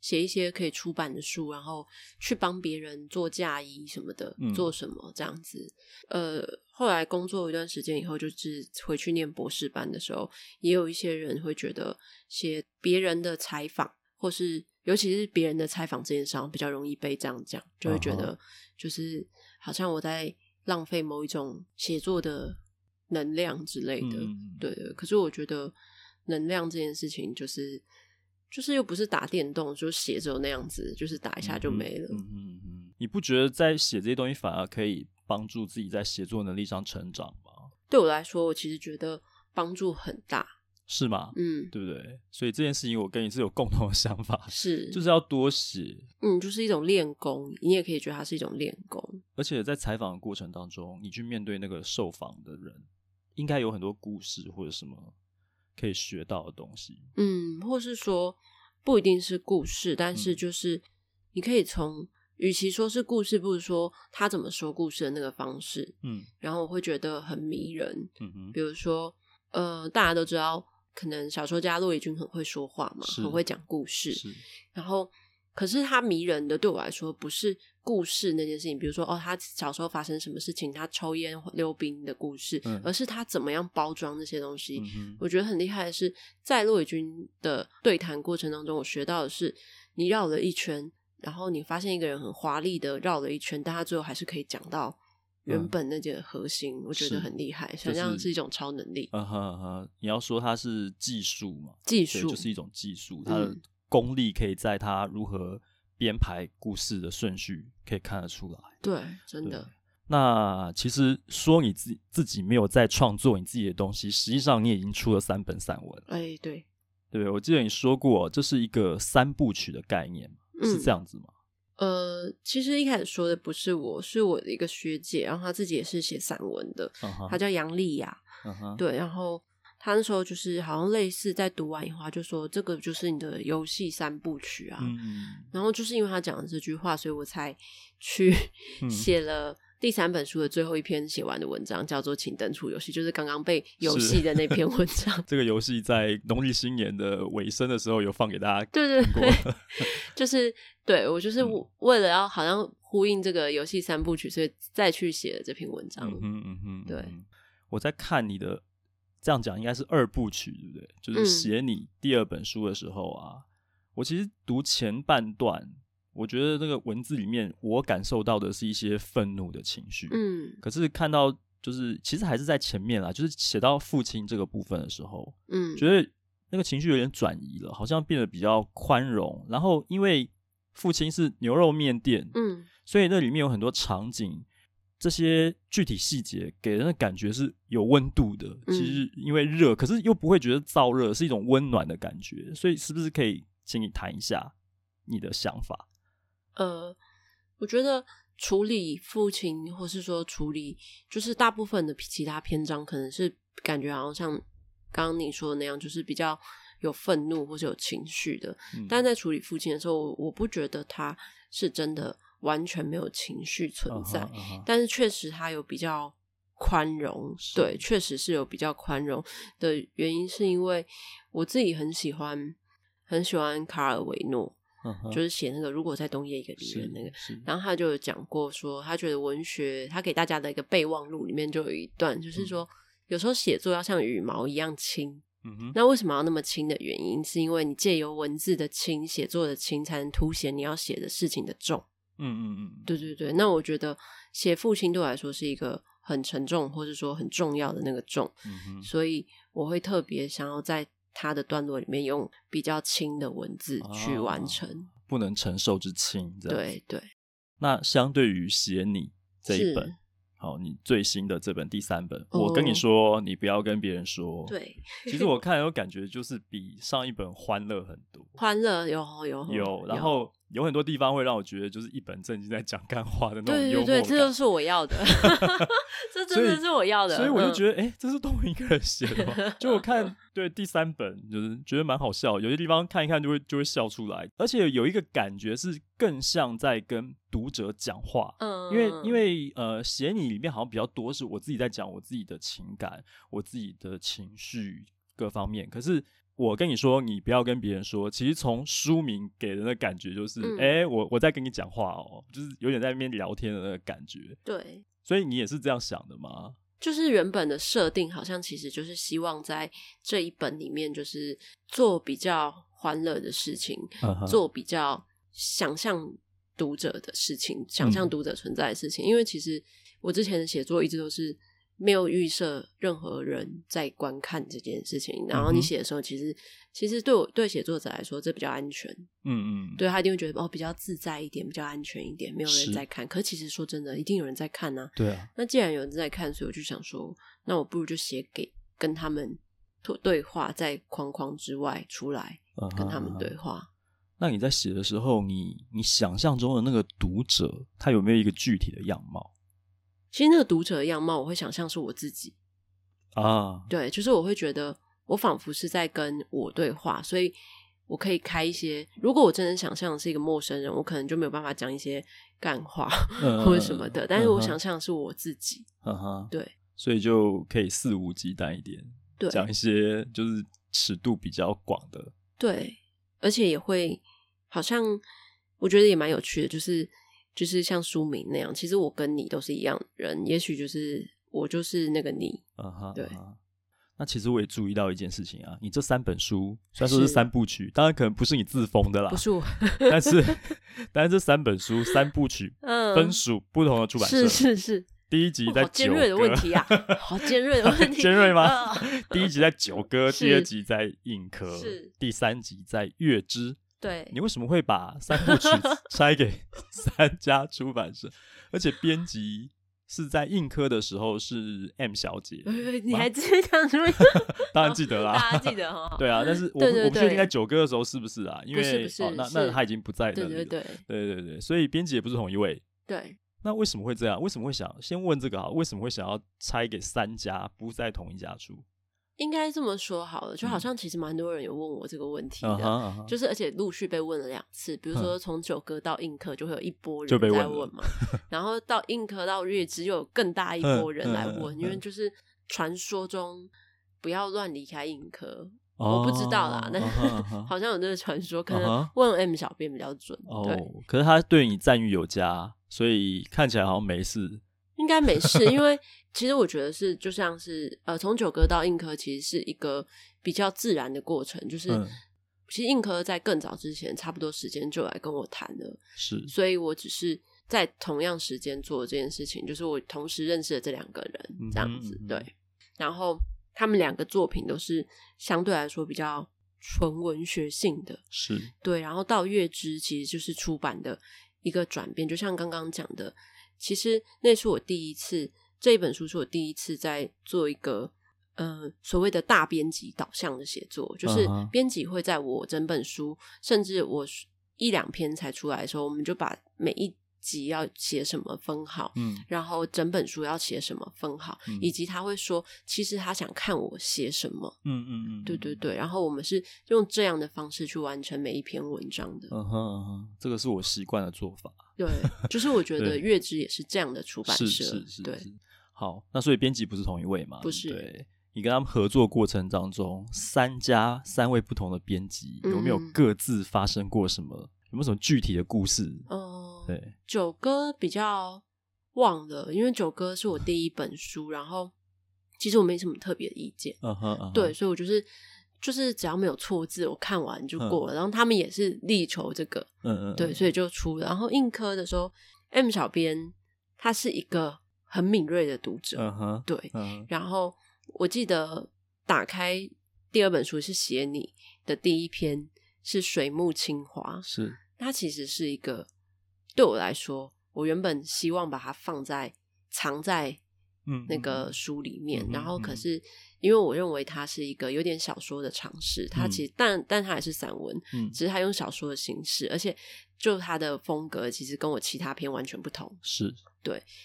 Speaker 2: 写一些可以出版的书，然后去帮别人做嫁衣什么的，
Speaker 1: 嗯
Speaker 2: 做什么这样子。呃，后来工作一段时间以后，就是回去念博士班的时候，也有一些人会觉得写别人的采访或是尤其是别人的采访这件事上，比较容易被这样讲，就会
Speaker 1: 嗯
Speaker 2: 觉得就是好像我在浪费某一种写作的能量之类的。
Speaker 1: 嗯
Speaker 2: 对对，可是我觉得能量这件事情，就是就是又不是打电动，就写着那样子，就是打一下就没了。
Speaker 1: 嗯嗯嗯嗯，你不觉得在写这些东西反而可以帮助自己在写作能力上成长吗？
Speaker 2: 对我来说，我其实觉得帮助很大。
Speaker 1: 是吗？
Speaker 2: 嗯，
Speaker 1: 对不对？所以这件事情我跟你是有共同的想 法，
Speaker 2: 是，
Speaker 1: 就是要多写，
Speaker 2: 嗯，就是一种练功，你也可以觉得它是一种练功。
Speaker 1: 而且在采访的过程当中，你去面对那个受访的人，应该有很多故事或者什么可以学到的东西。
Speaker 2: 嗯，或是说不一定是故事，但是
Speaker 1: 嗯
Speaker 2: 就是你可以从，与其说是故事，不如说他怎么说故事的那个方式，
Speaker 1: 嗯
Speaker 2: 然后我会觉得很迷人。
Speaker 1: 嗯哼，
Speaker 2: 比如说，呃，大家都知道，可能小说家骆以军很会说话嘛，
Speaker 1: 是
Speaker 2: 很会讲故事，
Speaker 1: 是
Speaker 2: 然后，可是他迷人的对我来说不是故事那件事情，比如说哦，他小时候发生什么事情，他抽烟溜冰的故事，
Speaker 1: 嗯
Speaker 2: 而是他怎么样包装那些东西。
Speaker 1: 嗯哼，
Speaker 2: 我觉得很厉害的是，在骆以军的对谈过程当中，我学到的是，你绕了一圈，然后你发现一个人很华丽的绕了一圈，但他最后还是可以讲到原
Speaker 1: 嗯
Speaker 2: 本那件核心，我觉
Speaker 1: 是
Speaker 2: 得很厉害，
Speaker 1: 就
Speaker 2: 想象
Speaker 1: 是
Speaker 2: 是一种超能力。
Speaker 1: 嗯哼嗯哼，你要说它是技术嘛，
Speaker 2: 技
Speaker 1: 对
Speaker 2: 术
Speaker 1: 就是一种技术，它的
Speaker 2: 嗯
Speaker 1: 功力可以在它如何编排故事的顺序可以看得出来。
Speaker 2: 对，真
Speaker 1: 对
Speaker 2: 的，
Speaker 1: 那其实说你自己自己没有在创作你自己的东西，实际上你已经出了三本散文了，
Speaker 2: 哎，对，
Speaker 1: 对不对？我记得你说过，这是一个三部曲的概念嘛，是这
Speaker 2: 嗯
Speaker 1: 样子吗？
Speaker 2: 呃，其实一开始说的不是我，是我的一个学姐，然后她自己也是写散文的，
Speaker 1: 嗯哼
Speaker 2: 她叫杨丽雅，
Speaker 1: 嗯哼，
Speaker 2: 对，然后她那时候就是好像类似在读完以后，她就说这个就是你的游戏三部曲啊，
Speaker 1: 嗯，
Speaker 2: 然后就是因为她讲了这句话，所以我才去
Speaker 1: 嗯
Speaker 2: 写了。第三本书的最后一篇写完的文章叫做《请登出游戏》，就是刚刚被游
Speaker 1: 是。
Speaker 2: 戏的那篇文章
Speaker 1: 这个游戏在农历新年的尾声的时候有放给大家
Speaker 2: 对对
Speaker 1: 听过
Speaker 2: 对，就是对我就是
Speaker 1: 嗯
Speaker 2: 为了要好像呼应这个游戏三部曲，所以再去写了这篇文章。
Speaker 1: 嗯哼嗯哼，
Speaker 2: 对
Speaker 1: 嗯哼。我在看你的，这样讲应该是二部曲，对不对？就是
Speaker 2: 嗯
Speaker 1: 写你第二本书的时候啊，我其实读前半段，我觉得那个文字里面我感受到的是一些愤怒的情绪，
Speaker 2: 嗯
Speaker 1: 可是看到就是其实还是在前面啦，就是写到父亲这个部分的时候，
Speaker 2: 嗯，
Speaker 1: 觉得那个情绪有点转移了，好像变得比较宽容。然后因为父亲是牛肉面店，
Speaker 2: 嗯
Speaker 1: 所以那里面有很多场景，这些具体细节给人的感觉是有温度的。
Speaker 2: 嗯
Speaker 1: 其实因为热，可是又不会觉得燥热，是一种温暖的感觉。所以是不是可以请你谈一下你的想法？
Speaker 2: 呃，我觉得处理父亲，或是说处理，就是大部分的其他篇章，可能是感觉好像像刚刚你说的那样，就是比较有愤怒或者有情绪的。
Speaker 1: 嗯
Speaker 2: 但在处理父亲的时候，我我不觉得他是真的完全没有情绪存在，
Speaker 1: 嗯哼嗯哼
Speaker 2: 但是确实他有比较宽容，
Speaker 1: 是
Speaker 2: 对，确实是有比较宽容的原因，是因为我自己很喜欢，很喜欢卡尔维诺，
Speaker 1: 嗯哼
Speaker 2: 就是写那个《如果在冬夜一个女
Speaker 1: 是嗯
Speaker 2: 人》那个。
Speaker 1: 是
Speaker 2: 然后他就有讲过说，他觉得文学他给大家的一个备忘录里面就有一段，就是说、有时候写作要像羽毛一样轻。
Speaker 1: 嗯哼
Speaker 2: 那为什么要那么轻的原因，是因为你借由文字的轻、写作的轻，才能凸显你要写的事情的重。
Speaker 1: 嗯嗯嗯
Speaker 2: 对对对，那我觉得写父亲对我来说是一个很沉重，或是说很重要的那个重，
Speaker 1: 嗯哼
Speaker 2: 所以我会特别想要在他的段落里面用比较轻的文字去
Speaker 1: 哦
Speaker 2: 完成。
Speaker 1: 不能承受之轻，这样子
Speaker 2: 对对，
Speaker 1: 那相对于写你这一
Speaker 2: 是
Speaker 1: 本，好，你最新的这本第三本，
Speaker 2: 哦
Speaker 1: 我跟你说，你不要跟别人说。，
Speaker 2: 对，
Speaker 1: 其 实我看有感觉就是比上一本欢乐很多，
Speaker 2: 欢乐有哦有
Speaker 1: 有，然后有很多地方会让我觉得就是一本正经在讲干话的那种
Speaker 2: 对
Speaker 1: 幽
Speaker 2: 对
Speaker 1: 默
Speaker 2: 对，这
Speaker 1: 感
Speaker 2: 就是我 要的，这真
Speaker 1: 所
Speaker 2: 的
Speaker 1: 以
Speaker 2: 是我要的，嗯
Speaker 1: 所以我就
Speaker 2: 得。
Speaker 1: 觉得，哎、这是同一个人写的吗？就我 看对第三本，就是觉得蛮好笑，有些地方看一看就会就会笑出来，而且有一个感觉是更像在跟读者讲话，
Speaker 2: 嗯，
Speaker 1: 因为因为呃，写你里面好像比较多是我自己在讲我自己的情感、我自己的情绪各方面。可是我跟你说，你不要跟别人说，其实从书名给人的感觉就是，
Speaker 2: 嗯
Speaker 1: 哎、我我在跟你讲话哦，就是有点在那边聊天的那个感觉。
Speaker 2: 对，
Speaker 1: 所以你也是这样想的吗？
Speaker 2: 就是原本的设定好像其实就是希望在这一本里面，就是做比较欢乐的事情，
Speaker 1: 嗯哼
Speaker 2: 做比较想象读者的事情，想
Speaker 1: 嗯
Speaker 2: 象读者存在的事情。因为其实我之前的写作一直都是没有预设任何人在观看这件事情，然后
Speaker 1: 嗯
Speaker 2: 你
Speaker 1: 哼
Speaker 2: 写的时候，其实其实对我对写作者来说，这比较安全，
Speaker 1: 嗯嗯，
Speaker 2: 对他一定会觉得哦比较自在一点，比较安全一点，没有
Speaker 1: 是
Speaker 2: 人在看。可其实说真的，一定有人在看呐、
Speaker 1: 对啊，
Speaker 2: 那既然有人在看，所以我就想说，那我不如就写给跟他们对对话，在框框之外出来
Speaker 1: 嗯哼
Speaker 2: 跟他们。对
Speaker 1: 嗯哼
Speaker 2: 话。
Speaker 1: 那你在写的时候，你你想象中的那个读者，他有没有一个具体的样貌
Speaker 2: 其实那个读者的样貌，我会想象是我自己，
Speaker 1: 啊？
Speaker 2: 对，就是我会觉得我仿佛是在跟我对话，所以我可以开一些。如果我真的想象的是一个陌生人，我可能就没有办法讲一些干话
Speaker 1: 嗯
Speaker 2: 或者什么的。但是我，想
Speaker 1: 嗯
Speaker 2: 象的是我自己，
Speaker 1: 哼嗯哼，
Speaker 2: 对
Speaker 1: 所以就可以肆无忌惮一点，
Speaker 2: 对
Speaker 1: 讲一些就是尺度比较广的，
Speaker 2: 对，而且也会好像我觉得也蛮有趣的，就是就是像书明那样，其实我跟你都是一样的人，也许就是我就是那个你，
Speaker 1: 嗯哼，
Speaker 2: 对
Speaker 1: 嗯哼。那其实我也注意到一件事情啊，你这三本书虽然说是
Speaker 2: 是
Speaker 1: 三部曲，当然可能不是你自封的啦
Speaker 2: 不，是我，
Speaker 1: 但是 但是这三本书三部曲
Speaker 2: 嗯，
Speaker 1: 分属不同的出版社。
Speaker 2: 是是是，
Speaker 1: 第一集
Speaker 2: 嗯哇
Speaker 1: 在
Speaker 2: 好尖
Speaker 1: 九
Speaker 2: 锐的
Speaker 1: 歌
Speaker 2: 问 题啊，好尖锐的问题，
Speaker 1: 尖锐 吗
Speaker 2: 啊？
Speaker 1: 第一集在九歌，
Speaker 2: 是
Speaker 1: 第二集在硬壳
Speaker 2: 是，
Speaker 1: 第三集在月之。
Speaker 2: 对
Speaker 1: 你，为什么会把三部曲 拆给三家出版社？而且编辑是在硬科的时候是 M 小姐，
Speaker 2: 你还记得讲什么？
Speaker 1: 当然记得啦，。
Speaker 2: 哦大家记得哈
Speaker 1: 对啊，但是我
Speaker 2: 对
Speaker 1: 不
Speaker 2: 对
Speaker 1: 我不确定
Speaker 2: 对
Speaker 1: 在九歌的时候是不是啊？因
Speaker 2: 不是
Speaker 1: 为
Speaker 2: 不是
Speaker 1: 哦，那那
Speaker 2: 是
Speaker 1: 他已经不在那里
Speaker 2: 对
Speaker 1: 了。
Speaker 2: 对对
Speaker 1: 对对对所以编辑也不是同一位。
Speaker 2: 对，
Speaker 1: 那为什么会这样？为什么会想先问这个啊？为什么会想要拆给三家，不在同一家出？
Speaker 2: 应该这么说好了，就好像其实蛮多人有问我这个问题
Speaker 1: 嗯哼
Speaker 2: 的，
Speaker 1: 嗯哼
Speaker 2: 就是而且陆续被问了两次，比如说从九哥到硬科就会有一波
Speaker 1: 就
Speaker 2: 人
Speaker 1: 被问
Speaker 2: 在
Speaker 1: 了
Speaker 2: 问嘛，然后到硬科到日只有更大一波人来问，
Speaker 1: 嗯嗯嗯嗯
Speaker 2: 因为就是传说中不要乱离开硬科，我不知道啦
Speaker 1: 哦，
Speaker 2: 但是、
Speaker 1: 嗯哼嗯哼
Speaker 2: 好像有这个传说，可
Speaker 1: 嗯
Speaker 2: 能
Speaker 1: 哼
Speaker 2: 问 M 小编比较准， 对，
Speaker 1: 哦，可是他对你赞誉有加，所以看起来好像没事。
Speaker 2: 应该没事，因为其实我觉得是就像是呃，从九哥到硬科其实是一个比较自然的过程，就是。
Speaker 1: 嗯
Speaker 2: 其实硬科在更早之前，差不多时间就来跟我谈了，
Speaker 1: 是，
Speaker 2: 所以我只是在同样时间做这件事情，就是我同时认识了这两个
Speaker 1: 嗯哼
Speaker 2: 人，这样子、
Speaker 1: 嗯哼
Speaker 2: 对。然后他们两个作品都是相对来说比较纯文学性的，
Speaker 1: 是，
Speaker 2: 对。然后到月之其实就是出版的一个转变，就像刚刚讲的，其实那是我第一次这一本书是我第一次在做一个。呃，所谓的大编辑导向的写作，就是
Speaker 1: 嗯哼
Speaker 2: 编辑会在我整本书，甚至我一两篇才出来的时候，我们就把每一集要写什么分好，
Speaker 1: 嗯
Speaker 2: 然后整本书要写什么分好，
Speaker 1: 嗯
Speaker 2: 以及他会说，其实他想看我写什么，
Speaker 1: 嗯嗯嗯，
Speaker 2: 对对对。然后我们是用这样的方式去完成每一篇文章的，
Speaker 1: 嗯哼嗯哼，这个是我习惯的做法。
Speaker 2: 对，就是我觉得
Speaker 1: 对
Speaker 2: 月之也是这样的出版
Speaker 1: 是
Speaker 2: 社，
Speaker 1: 是是，
Speaker 2: 对，
Speaker 1: 是。好，那所以编辑不是同一位嘛？
Speaker 2: 不是
Speaker 1: 对。你跟他们合作过程当中，三家三位不同的编辑有没有
Speaker 2: 嗯
Speaker 1: 各自发生过什么？有没有什么具体的故事？
Speaker 2: 哦、
Speaker 1: 对，
Speaker 2: 九哥比较忘了，因为九哥是我第一本书，然后其实我没什么特别的意见。
Speaker 1: 嗯哼，嗯哼
Speaker 2: 对，，所以我就是就是只要没有错字，我看完就过了。然后他们也是力求这个，
Speaker 1: 嗯嗯，
Speaker 2: 对，所以就出了。然后硬科的时候，M 小编他是一个很敏锐的读
Speaker 1: 以
Speaker 2: 者，
Speaker 1: 嗯哼，
Speaker 2: 对。
Speaker 1: 嗯
Speaker 2: 然后我记得打开第二本书是写你的第一篇是水木清华，
Speaker 1: 是，
Speaker 2: 它其实是一个对我来说，我原本希望把它放在藏在
Speaker 1: 嗯，
Speaker 2: 那
Speaker 1: 嗯
Speaker 2: 个书里面，
Speaker 1: 嗯
Speaker 2: 然后
Speaker 1: 嗯
Speaker 2: 可是因为我认为它是一个有点小说的尝试，它
Speaker 1: 嗯
Speaker 2: 其实、但但它还是散文，
Speaker 1: 嗯
Speaker 2: 只是它用小说的形式，而且就它的风格其实跟我其他篇完全不同。
Speaker 1: 是，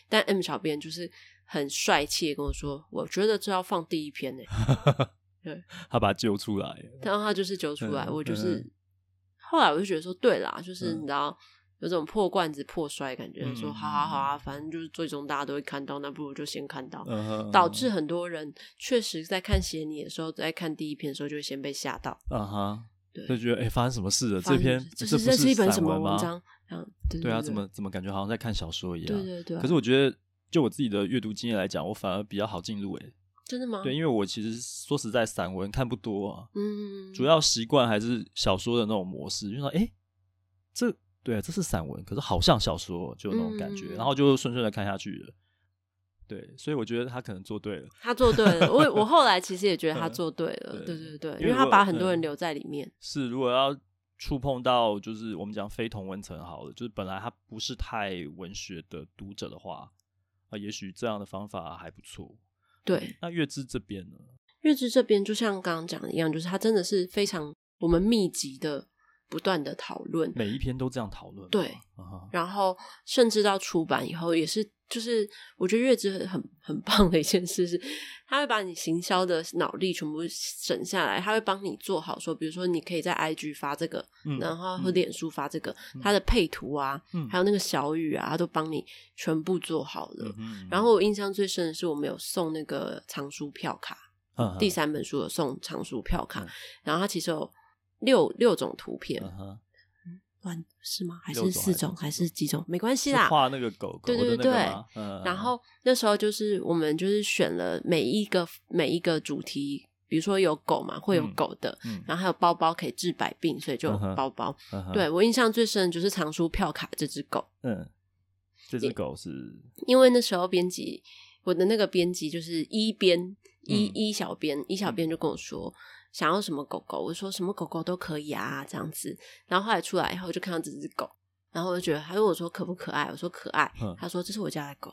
Speaker 2: 但 M 小编就是很帅气的跟我说，我觉得这要放第一篇呢、欸
Speaker 1: 他把它揪出来了，
Speaker 2: 然后他就是揪出来，
Speaker 1: 嗯
Speaker 2: 我就是、
Speaker 1: 嗯
Speaker 2: 后来我就觉得说，对啦，就是
Speaker 1: 嗯
Speaker 2: 你知道。有种破罐子破摔的感觉，
Speaker 1: 嗯
Speaker 2: 说好好好啊，反正就是最终大家都会看到，那不如就先看到。
Speaker 1: 嗯哼，
Speaker 2: 导致很多人确实在看写你的时候，在看第一篇的时候就会先被吓到，
Speaker 1: 啊哈，
Speaker 2: 对
Speaker 1: 就觉得哎、诶发生什么事了？这
Speaker 2: 发
Speaker 1: 篇
Speaker 2: 现这
Speaker 1: 不
Speaker 2: 是这
Speaker 1: 是
Speaker 2: 一本
Speaker 1: 散
Speaker 2: 什么
Speaker 1: 文吗
Speaker 2: 文？章？嗯，对
Speaker 1: 对啊，怎么怎么感觉好像在看小说一样？
Speaker 2: 对对对啊？
Speaker 1: 可是我觉得，就我自己的阅读经验来讲，我反而比较好进入、诶欸
Speaker 2: 真的吗？
Speaker 1: 对，因为我其实说实在，散文看不多啊，
Speaker 2: 嗯，
Speaker 1: 主要习惯还是小说的那种模式，就说哎、诶这对啊，这是散文，可是好像小说，就那种感觉，
Speaker 2: 嗯
Speaker 1: 然后就顺顺的看下去了。对，所以我觉得他可能做对了。
Speaker 2: 他做对 了。我我后来其实也觉得他
Speaker 1: 嗯
Speaker 2: 做对了，
Speaker 1: 对
Speaker 2: 对对对，
Speaker 1: 因
Speaker 2: 因
Speaker 1: 为
Speaker 2: 为他
Speaker 1: 我
Speaker 2: 把很多人
Speaker 1: 嗯
Speaker 2: 留在里面。
Speaker 1: 是，如果要触碰到就是我们讲非同温层好了，就是本来他不是太文学的读者的话，啊、也许这样的方法还不错。
Speaker 2: 对，
Speaker 1: 那月之这边呢？
Speaker 2: 月之这边就像刚刚讲的一样，就是他真的是非常我们密集的不断的讨论，
Speaker 1: 每一篇都这样讨论吗，
Speaker 2: 对
Speaker 1: 啊哈，
Speaker 2: 然后甚至到出版以后也是，就是我觉得月之很很棒的一件事是，他会把你行销的脑力全部省下来，他会帮你做好说，比如说你可以在 IG 发这个，
Speaker 1: 嗯
Speaker 2: 然后和
Speaker 1: 嗯
Speaker 2: 脸书发这个，它的配图啊，
Speaker 1: 嗯
Speaker 2: 还有那个小雨啊，他都帮你全部做好了。
Speaker 1: 嗯哼
Speaker 2: 然后我印象最深的是，我们有送那个藏书票卡，
Speaker 1: 嗯哼
Speaker 2: 第三本书有送藏书票卡，
Speaker 1: 嗯
Speaker 2: 然后它其实有六六种图片，
Speaker 1: 嗯哼
Speaker 2: 乱是吗？还
Speaker 1: 六种
Speaker 2: 是四
Speaker 1: 还
Speaker 2: 种？
Speaker 1: 是
Speaker 2: 还是几种？没关系
Speaker 1: 是
Speaker 2: 啦。
Speaker 1: 画那个狗狗
Speaker 2: 对
Speaker 1: 的那
Speaker 2: 对
Speaker 1: 个
Speaker 2: 对
Speaker 1: 吗，嗯
Speaker 2: 然后那时候就是我们就是选了每一个每一个主题，比如说有狗嘛，会有
Speaker 1: 嗯
Speaker 2: 狗的，
Speaker 1: 嗯
Speaker 2: 然后还有包包可以治百病，所以就有
Speaker 1: 嗯哼
Speaker 2: 包包。
Speaker 1: 嗯哼，
Speaker 2: 对我印象最深的就是藏书票卡这只狗，
Speaker 1: 嗯，这只狗是
Speaker 2: 因为那时候编辑，我的那个编辑就是一编一
Speaker 1: 嗯
Speaker 2: 一小编，一小编就跟我说。想要什么狗狗？我说什么狗狗都可以啊，这样子。然后后来出来以后，就看到这只狗，然后我就觉得，他问我说可不可爱，我说可爱
Speaker 1: 嗯。
Speaker 2: 他说这是我家的狗。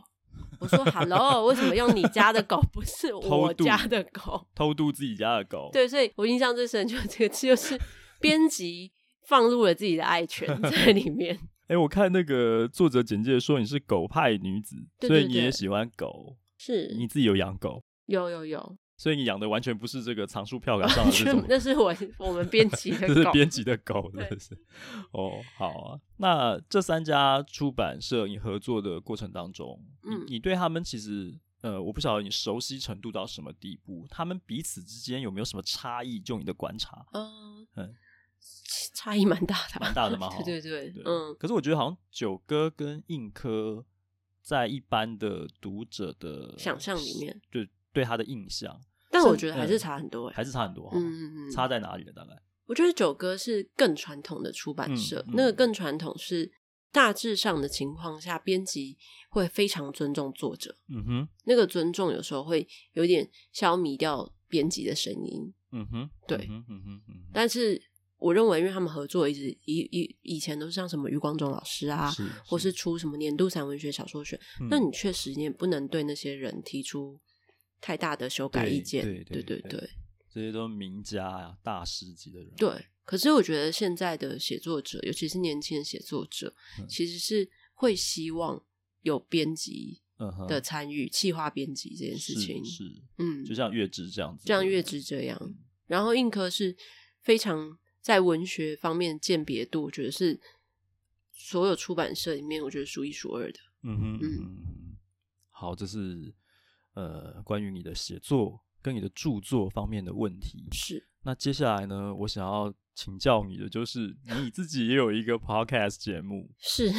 Speaker 2: 我说 Hello，为什么用你家的狗，不是
Speaker 1: 偷
Speaker 2: 我
Speaker 1: 渡
Speaker 2: 家的狗？
Speaker 1: 偷渡自己家的狗，
Speaker 2: 对，所以我印象最深就是这个，就是编辑放入了自己的爱犬在里面。
Speaker 1: 哎、我看那个作者简介说你是狗派女子，
Speaker 2: 对
Speaker 1: 所以
Speaker 2: 对
Speaker 1: 你也
Speaker 2: 对
Speaker 1: 喜欢狗，
Speaker 2: 是
Speaker 1: 你自己有养狗，
Speaker 2: 有有有，
Speaker 1: 所以你养的完全不是这个藏书票卡上
Speaker 2: 完
Speaker 1: 的这
Speaker 2: 全
Speaker 1: 种，
Speaker 2: 那是我我们编辑的
Speaker 1: 这是
Speaker 2: 稿。
Speaker 1: 编辑的狗，真
Speaker 2: 对
Speaker 1: 的是。哦，好啊。那这三家出版社你合作的过程当中，
Speaker 2: 嗯
Speaker 1: 你你对他们其实。呃，我不晓得你熟悉程度到什么地步，他们彼此之间有没有什么差异？就你的观察，
Speaker 2: 嗯
Speaker 1: 嗯，
Speaker 2: 差异蛮大的，
Speaker 1: 蛮大的嘛哈
Speaker 2: 对对
Speaker 1: 对
Speaker 2: 对，嗯，
Speaker 1: 可是我觉得好像九歌跟硬科在一般的读者的
Speaker 2: 想象里面，
Speaker 1: 对对他的印象
Speaker 2: 但
Speaker 1: 是
Speaker 2: 我觉得还
Speaker 1: 嗯
Speaker 2: 是差很多欸
Speaker 1: 还是差很多哈。
Speaker 2: 嗯嗯嗯
Speaker 1: 差在哪里了？大概
Speaker 2: 我觉得九哥是更传统的出版社，
Speaker 1: 嗯嗯
Speaker 2: 那个更传统是大致上的情况下，编辑会非常尊重作者，
Speaker 1: 嗯哼，
Speaker 2: 那个尊重有时候会有点消弭掉编辑的声音，
Speaker 1: 嗯哼，
Speaker 2: 对
Speaker 1: 嗯哼嗯哼嗯哼，
Speaker 2: 但是我认为，因为他们合作一直以以以前都是像什么余光中老师啊，
Speaker 1: 是
Speaker 2: 或是出什么年度散文学小说选，
Speaker 1: 嗯
Speaker 2: 那你确实你也不能对那些人提出太大的修改
Speaker 1: 对
Speaker 2: 意见，
Speaker 1: 对对
Speaker 2: 对对
Speaker 1: 对这些都是名家呀、大师级的人，
Speaker 2: 对可是我觉得现在的写作者，尤其是年轻的写作者，
Speaker 1: 嗯
Speaker 2: 其实是会希望有编辑
Speaker 1: 嗯哼
Speaker 2: 的参与，企划编辑这件事
Speaker 1: 是
Speaker 2: 情，
Speaker 1: 是，
Speaker 2: 嗯，
Speaker 1: 就像月之这样子，
Speaker 2: 像月之这样。然后硬科是非常在文学方面鉴别度，我觉得是所有出版社里面我觉得数一数二的。
Speaker 1: 嗯哼，嗯
Speaker 2: 嗯
Speaker 1: 哼嗯哼，好，这是呃关于你的写作跟你的著作方面的问题。
Speaker 2: 是，
Speaker 1: 那接下来呢，我想要请教你的就是，你自己也有一个 podcast 节目
Speaker 2: 是，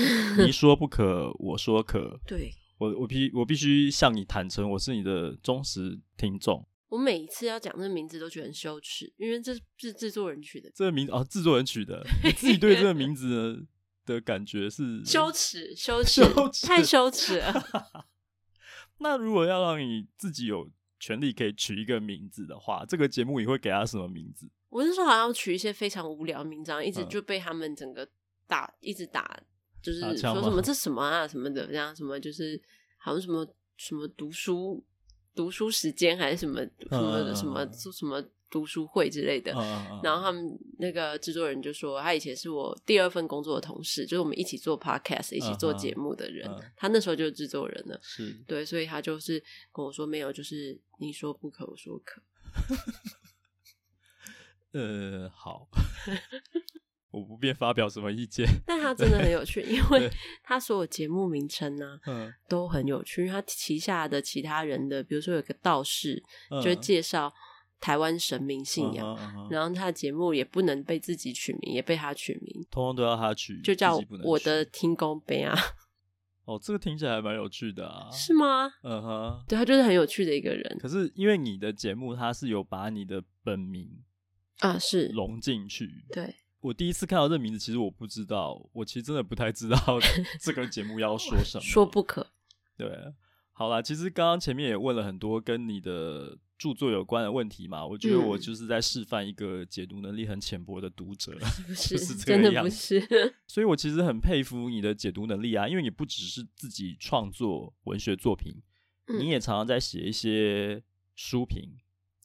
Speaker 1: 你说不可，我说可。
Speaker 2: 对
Speaker 1: 我我必我必须向你坦诚，我是你的忠实听众。
Speaker 2: 我每一次要讲这个名字都觉得很羞耻，因为这是制作人取的，
Speaker 1: 这个名字啊，制作人取 的，你自己对这个名字的的感觉是
Speaker 2: 羞。 耻，羞耻，
Speaker 1: 羞耻
Speaker 2: 太羞耻了。
Speaker 1: 那如果要让你自己有权利可以取一个名字的话，这个节目你会给他什么名 字？
Speaker 2: 我那时候好像取一些非常无聊的名章，一直
Speaker 1: 嗯
Speaker 2: 就被他们整个打，一直打，就是
Speaker 1: 打枪
Speaker 2: 说
Speaker 1: 吗
Speaker 2: 什么这什么啊什么的，这样什么就是好像什么什么读书读书时间还是什么什么、
Speaker 1: 嗯嗯嗯
Speaker 2: 什么什么读书会之类的。
Speaker 1: 嗯
Speaker 2: 然后他们那个制作人就说，他以前是我第二份工作的同事，就是我们一起做 podcast、一起做节目的人。
Speaker 1: 嗯
Speaker 2: 他那时候就是制作人了，
Speaker 1: 是
Speaker 2: 对，所以他就是跟我说没有，就是你说不可，我说可。
Speaker 1: 呃， 好，我不便发表什么意见。
Speaker 2: 但它真的很有趣，因 为它所有节目名称呢、
Speaker 1: 嗯，
Speaker 2: 都很有趣，因为它旗下的其他人的，比如说有个道士，就会介绍台湾神明信仰，
Speaker 1: 嗯嗯哼，嗯哼
Speaker 2: 然后他的节目也不能被自己取名，也被他取名，
Speaker 1: 通通都要他取，
Speaker 2: 就叫
Speaker 1: 自己不能
Speaker 2: 我
Speaker 1: 取
Speaker 2: 的听公杯啊，
Speaker 1: 哦，这个听起来还蛮有趣的啊。
Speaker 2: 是吗？
Speaker 1: 嗯哼。
Speaker 2: 对他就是很有趣的一个人
Speaker 1: 可是因为你的节目，它是有把你的本名
Speaker 2: 啊，是
Speaker 1: 融进去。
Speaker 2: 对，
Speaker 1: 我第一次看到这名字，其实我不知道，我其实真的不太知 道这个节目要说什么。
Speaker 2: 说不可。
Speaker 1: 对，好啦，其实刚刚前面也问了很多跟你的著作有关的问题嘛，我觉得我
Speaker 2: 嗯
Speaker 1: 就是在示范一个解读能力很浅薄的读者，
Speaker 2: 不
Speaker 1: 是这
Speaker 2: 是，
Speaker 1: 个
Speaker 2: 真的
Speaker 1: 样
Speaker 2: 不
Speaker 1: 子
Speaker 2: 是。
Speaker 1: 所以我其实很佩服你的解读能力啊，因为你不只是自己创作文学作品，
Speaker 2: 嗯
Speaker 1: 你也常常在写一些书评，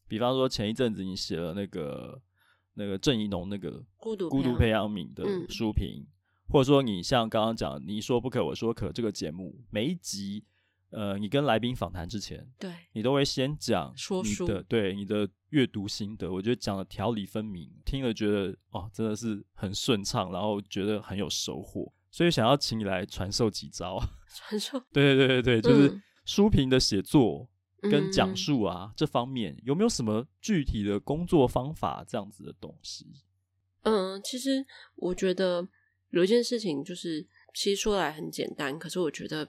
Speaker 1: 比方说前一阵子你写了那个那个郑怡农那个
Speaker 2: 孤独
Speaker 1: 孤独
Speaker 2: 培
Speaker 1: 培养皿的
Speaker 2: 嗯
Speaker 1: 书评，或者说你像刚刚讲你说不可我说可这个节目每一集，呃，你跟来宾访谈之前，
Speaker 2: 对，
Speaker 1: 你都会先讲
Speaker 2: 说
Speaker 1: 你
Speaker 2: 书
Speaker 1: 的对你的阅读心得，我觉得讲的条理分明，听了觉得哦真的是很顺畅，然后觉得很有收获，所以想要请你来传授几招。
Speaker 2: 传授
Speaker 1: 对对对对，就是
Speaker 2: 嗯
Speaker 1: 书评的写作跟讲
Speaker 2: 嗯
Speaker 1: 述啊、这方面有没有什么具体的工作方法这样子的东西？
Speaker 2: 嗯，其实我觉得有一件事情，就是其实说来很简单，可是我觉得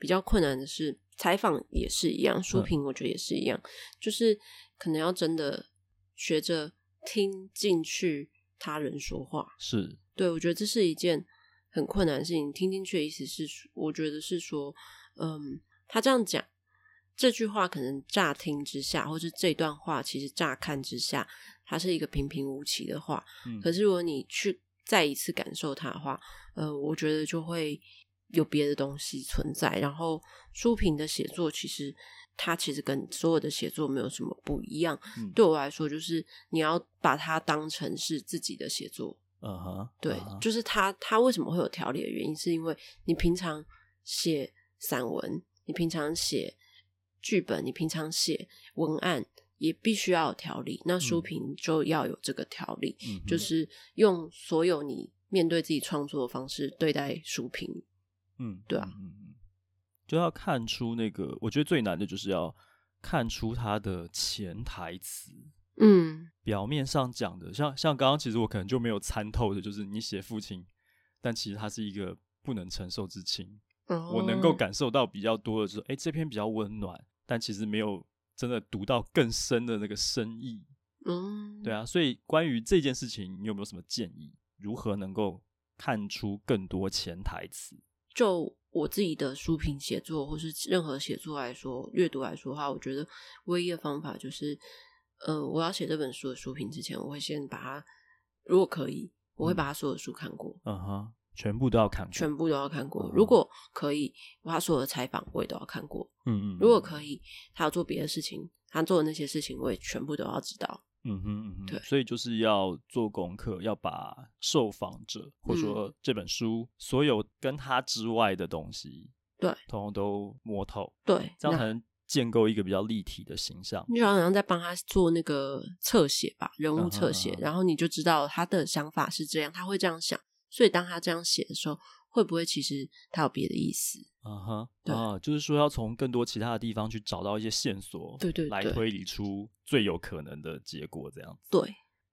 Speaker 2: 比较困难的是采访也是一样，书
Speaker 1: 嗯
Speaker 2: 评我觉得也是一样，就是可能要真的学着听进去他人说话。
Speaker 1: 是
Speaker 2: 对，我觉得这是一件很困难的事情。听进去的意思是说，我觉得是说，嗯，他这样讲这句话，可能乍听之下，或是这段话，其实乍看之下，它是一个平平无奇的话。
Speaker 1: 嗯
Speaker 2: 可是如果你去再一次感受它的话，呃，我觉得就会有别的东西存在。然后书评的写作，其实它其实跟所有的写作没有什么不一样。
Speaker 1: 嗯
Speaker 2: 对我来说，就是你要把它当成是自己的写作。
Speaker 1: 嗯哼，
Speaker 2: 对
Speaker 1: 嗯哼
Speaker 2: 就是他他为什么会有条理的原因，是因为你平常写散文，你平常写剧本，你平常写文案，也必须要有条理。那书
Speaker 1: 嗯
Speaker 2: 评就要有这个条理，
Speaker 1: 嗯哼
Speaker 2: 就是用所有你面对自己创作的方式对待书评。
Speaker 1: 嗯，
Speaker 2: 对啊
Speaker 1: 嗯嗯嗯，就要看出那个，我觉得最难的就是要看出它的潜台词。
Speaker 2: 嗯，
Speaker 1: 表面上讲的，像像刚刚，其实我可能就没有参透的，就是你写父亲，但其实他是一个不能承受之轻。我能够
Speaker 2: 哦
Speaker 1: 感受到比较多的，就是哎、诶这篇比较温暖，但其实没有真的读到更深的那个深意。
Speaker 2: 嗯，
Speaker 1: 对啊，所以关于这件事情，你有没有什么建议？如何能够看出更多潜台词？
Speaker 2: 就我自己的书评写作或是任何写作来说，阅读来说的话，我觉得唯一的方法就是，呃，我要写这本书的书评之前，我会先把它，如果可以，我会把它所有的书看过，
Speaker 1: 嗯哼，全部都要看过。
Speaker 2: 全部都要看过
Speaker 1: 嗯。
Speaker 2: 如果可以，我把所有的采访我也都要看过。
Speaker 1: 嗯嗯，
Speaker 2: 如果
Speaker 1: 以。
Speaker 2: 可以，他要做别的事情，他做的那些事情，我也全部都要知道。
Speaker 1: 嗯哼，嗯哼，
Speaker 2: 对
Speaker 1: 所以就是要做功课，要把受访者
Speaker 2: 嗯
Speaker 1: 或者说这本书、所有跟他之外的东西，
Speaker 2: 对，
Speaker 1: 通通都摸透，
Speaker 2: 对，
Speaker 1: 这样才
Speaker 2: 那
Speaker 1: 能建构一个比较立体的形象。
Speaker 2: 你就好像在帮他做那个侧写吧，人物侧
Speaker 1: 嗯
Speaker 2: 写
Speaker 1: 哼嗯哼
Speaker 2: 然后你就知道他的想法是这样，他会这样想，所以当他这样写的时候，会不会其实他有别的意思？
Speaker 1: 啊哈，
Speaker 2: 对
Speaker 1: 啊，就是说要从更多其他的地方去找到一些线索，
Speaker 2: 对对
Speaker 1: 来
Speaker 2: 对
Speaker 1: 推理出最有可能的结果，这样子。
Speaker 2: 对，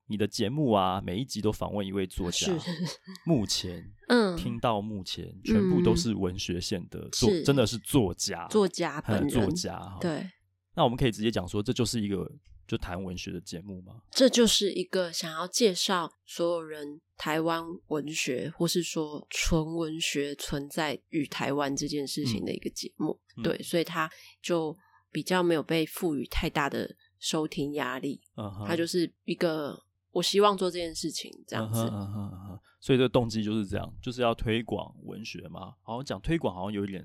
Speaker 1: 你的节目啊，每一集都访问一位作家
Speaker 2: 是，，
Speaker 1: 目前
Speaker 2: 嗯，
Speaker 1: 听到目前全部都
Speaker 2: 嗯
Speaker 1: 是文学线的作，
Speaker 2: 是
Speaker 1: 真的是作家，
Speaker 2: 作家
Speaker 1: 呃
Speaker 2: 本人，
Speaker 1: 作家哈，
Speaker 2: 对，
Speaker 1: 那我们可以直接讲说，这就是一个就谈文学的节目吗？
Speaker 2: 这就是一个想要介绍所有人台湾文学，或是说纯文学存在与台湾这件事情的一个节目。
Speaker 1: 嗯
Speaker 2: 对，所以他就比较没有被赋予太大的收听压力。
Speaker 1: 嗯哼，
Speaker 2: 它就是一个我希望做这件事情这样子。
Speaker 1: 嗯哼嗯哼嗯哼所以这个动机就是这样，就是要推广文学嘛。好像讲推广，好像有一点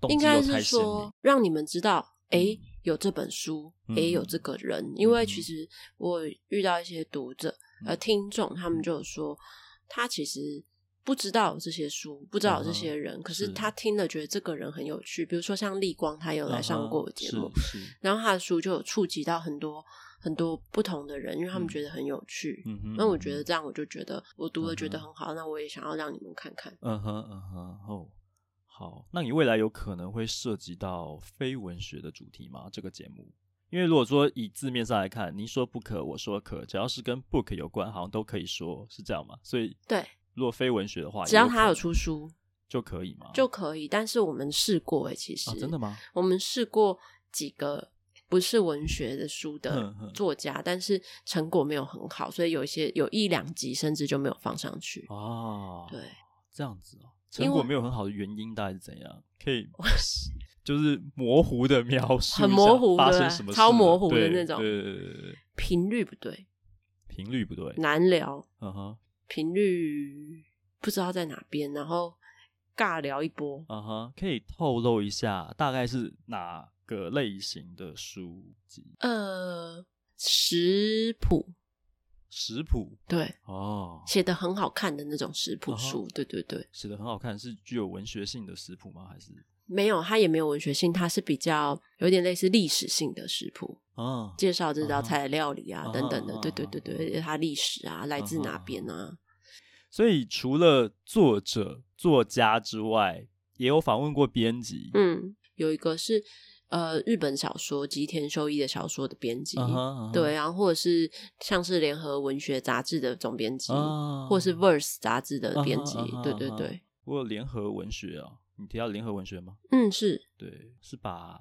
Speaker 1: 动
Speaker 2: 应
Speaker 1: 机
Speaker 2: 该
Speaker 1: 又
Speaker 2: 是
Speaker 1: 太鲜明
Speaker 2: 说。让你们知道，诶，
Speaker 1: 嗯
Speaker 2: 有这本书，
Speaker 1: 嗯
Speaker 2: 也有这个人。因为其
Speaker 1: 嗯
Speaker 2: 实我遇到一些读者呃
Speaker 1: 嗯
Speaker 2: 听众，他们就有说，他其实。不知道有这些书，不知道有这些人，可是
Speaker 1: 嗯是嗯
Speaker 2: 他听了觉得这个人很有趣。比如说像立光，他也有来上过我节目，
Speaker 1: 嗯哼是 是
Speaker 2: 然后他的书就有触及到很多很多不同的人，因为他
Speaker 1: 嗯
Speaker 2: 们觉得很有趣。
Speaker 1: 嗯哼，
Speaker 2: 那我觉
Speaker 1: 嗯
Speaker 2: 得
Speaker 1: 哼
Speaker 2: 这样，我就觉得我读了觉得
Speaker 1: 嗯
Speaker 2: 很好，那我也想要让你们看看。
Speaker 1: 嗯哼嗯哼哦，好，那你未来有可能会涉及到非文学的主题吗？这个节目，因为如果说以字面上来看，您说不可，我说可，只要是跟 book 有关，好像都可以说是这样嘛。所以
Speaker 2: 对，
Speaker 1: 如果非文学的话，
Speaker 2: 只要
Speaker 1: 也可
Speaker 2: 他有
Speaker 1: 能
Speaker 2: 出书，
Speaker 1: 就可以吗？
Speaker 2: 就可以。但是我们试过哎、其实、
Speaker 1: 啊，真的吗？
Speaker 2: 我们试过几个不是文学的书的
Speaker 1: 嗯嗯
Speaker 2: 作家，但是成果没有很好，所以有一些有一两集甚至就没有放上去。
Speaker 1: 哦，
Speaker 2: 对，
Speaker 1: 这样子哦，
Speaker 2: 因
Speaker 1: 成果
Speaker 2: 为
Speaker 1: 没有很好的原因大概是怎样？可以就是模糊的描述一下，
Speaker 2: 很模糊
Speaker 1: 发
Speaker 2: 对
Speaker 1: 生
Speaker 2: 不对
Speaker 1: 什么事
Speaker 2: 超
Speaker 1: 了
Speaker 2: 模糊的
Speaker 1: 对
Speaker 2: 那种
Speaker 1: 对对对对对，
Speaker 2: 频率不对，
Speaker 1: 频率不对，
Speaker 2: 难聊，
Speaker 1: 嗯哼，
Speaker 2: 频率不知道在哪边，然后尬聊一波。
Speaker 1: 嗯哼，可以透露一下大概是哪个类型的书籍？
Speaker 2: 呃，食谱
Speaker 1: 食谱
Speaker 2: 对，
Speaker 1: 哦，
Speaker 2: 写的很好看的那种食谱书，
Speaker 1: 哦
Speaker 2: 对对对，
Speaker 1: 写的很好看，是具有文学性的食谱吗？还是
Speaker 2: 没有，它也没有文学性，它是比较有点类似历史性的食谱，
Speaker 1: 啊？
Speaker 2: 介绍这道
Speaker 1: 啊哈
Speaker 2: 菜的料理啊
Speaker 1: 啊哈
Speaker 2: 等等的
Speaker 1: 啊，哈
Speaker 2: 对对对对，它历史啊来自
Speaker 1: 啊哈
Speaker 2: 哪
Speaker 1: 啊哈
Speaker 2: 边啊，
Speaker 1: 所以除了作者、作家之外，也有访问过编辑。
Speaker 2: 嗯，有一个是呃日本小说吉田修一的小说的编辑，
Speaker 1: 嗯哼，
Speaker 2: 对，然后或者是像是联合文学杂志的总编辑，
Speaker 1: 啊
Speaker 2: 或者是 Verse 杂志的编辑
Speaker 1: 啊哈啊哈，
Speaker 2: 对对
Speaker 1: 啊哈
Speaker 2: 对，
Speaker 1: 我有联合文学哦，你提到联合文学吗？
Speaker 2: 嗯是，
Speaker 1: 对，是把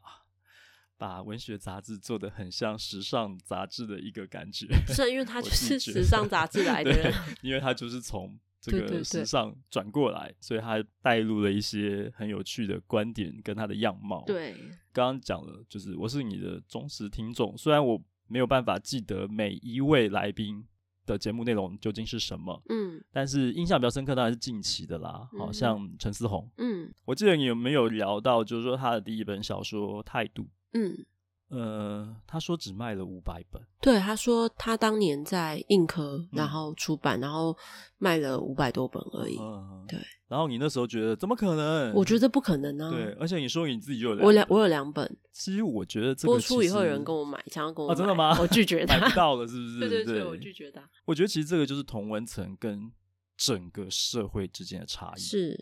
Speaker 1: 把文学杂志做的很像时尚杂志的一个感觉。
Speaker 2: 是因为他
Speaker 1: 我
Speaker 2: 就
Speaker 1: 自
Speaker 2: 是
Speaker 1: 己觉
Speaker 2: 时
Speaker 1: 得
Speaker 2: 尚杂志来的
Speaker 1: 对
Speaker 2: 人，
Speaker 1: 因为他就是从这
Speaker 2: 对对
Speaker 1: 个时
Speaker 2: 对
Speaker 1: 尚转过来，所以他带入了一些很有趣的观点跟他的样貌。，
Speaker 2: 对，
Speaker 1: 刚刚讲了，就是我是你的忠实听众，虽然我没有办法记得每一位来宾的节目内容究竟是什么，
Speaker 2: 嗯
Speaker 1: 但是印象比较深刻当然是近期的啦，
Speaker 2: 嗯
Speaker 1: 好像陈思宏，
Speaker 2: 嗯
Speaker 1: 我记得你有没有聊到，就是说他的第一本小说《态度》，
Speaker 2: 嗯，
Speaker 1: 呃，他说只卖了五百本，
Speaker 2: 对，他说他当年在硬科，然
Speaker 1: 嗯
Speaker 2: 后出版，然后卖了五百多本而已，
Speaker 1: 嗯，
Speaker 2: 对。
Speaker 1: 然后你那时候觉得怎么可能？
Speaker 2: 我觉得不可能啊，
Speaker 1: 对，而且你说你自己就有
Speaker 2: 我两
Speaker 1: 两本
Speaker 2: 我有两本，
Speaker 1: 其实我觉得这个
Speaker 2: 播出以后有人跟
Speaker 1: 跟
Speaker 2: 我买，想要跟我
Speaker 1: 啊，真的
Speaker 2: 买
Speaker 1: 吗？
Speaker 2: 我拒绝 他，
Speaker 1: 买不到了，是不是？
Speaker 2: 对
Speaker 1: 对
Speaker 2: 对对，我拒绝他，
Speaker 1: 我觉得其实这个就是同文层跟整个社会之间的差异。，
Speaker 2: 是，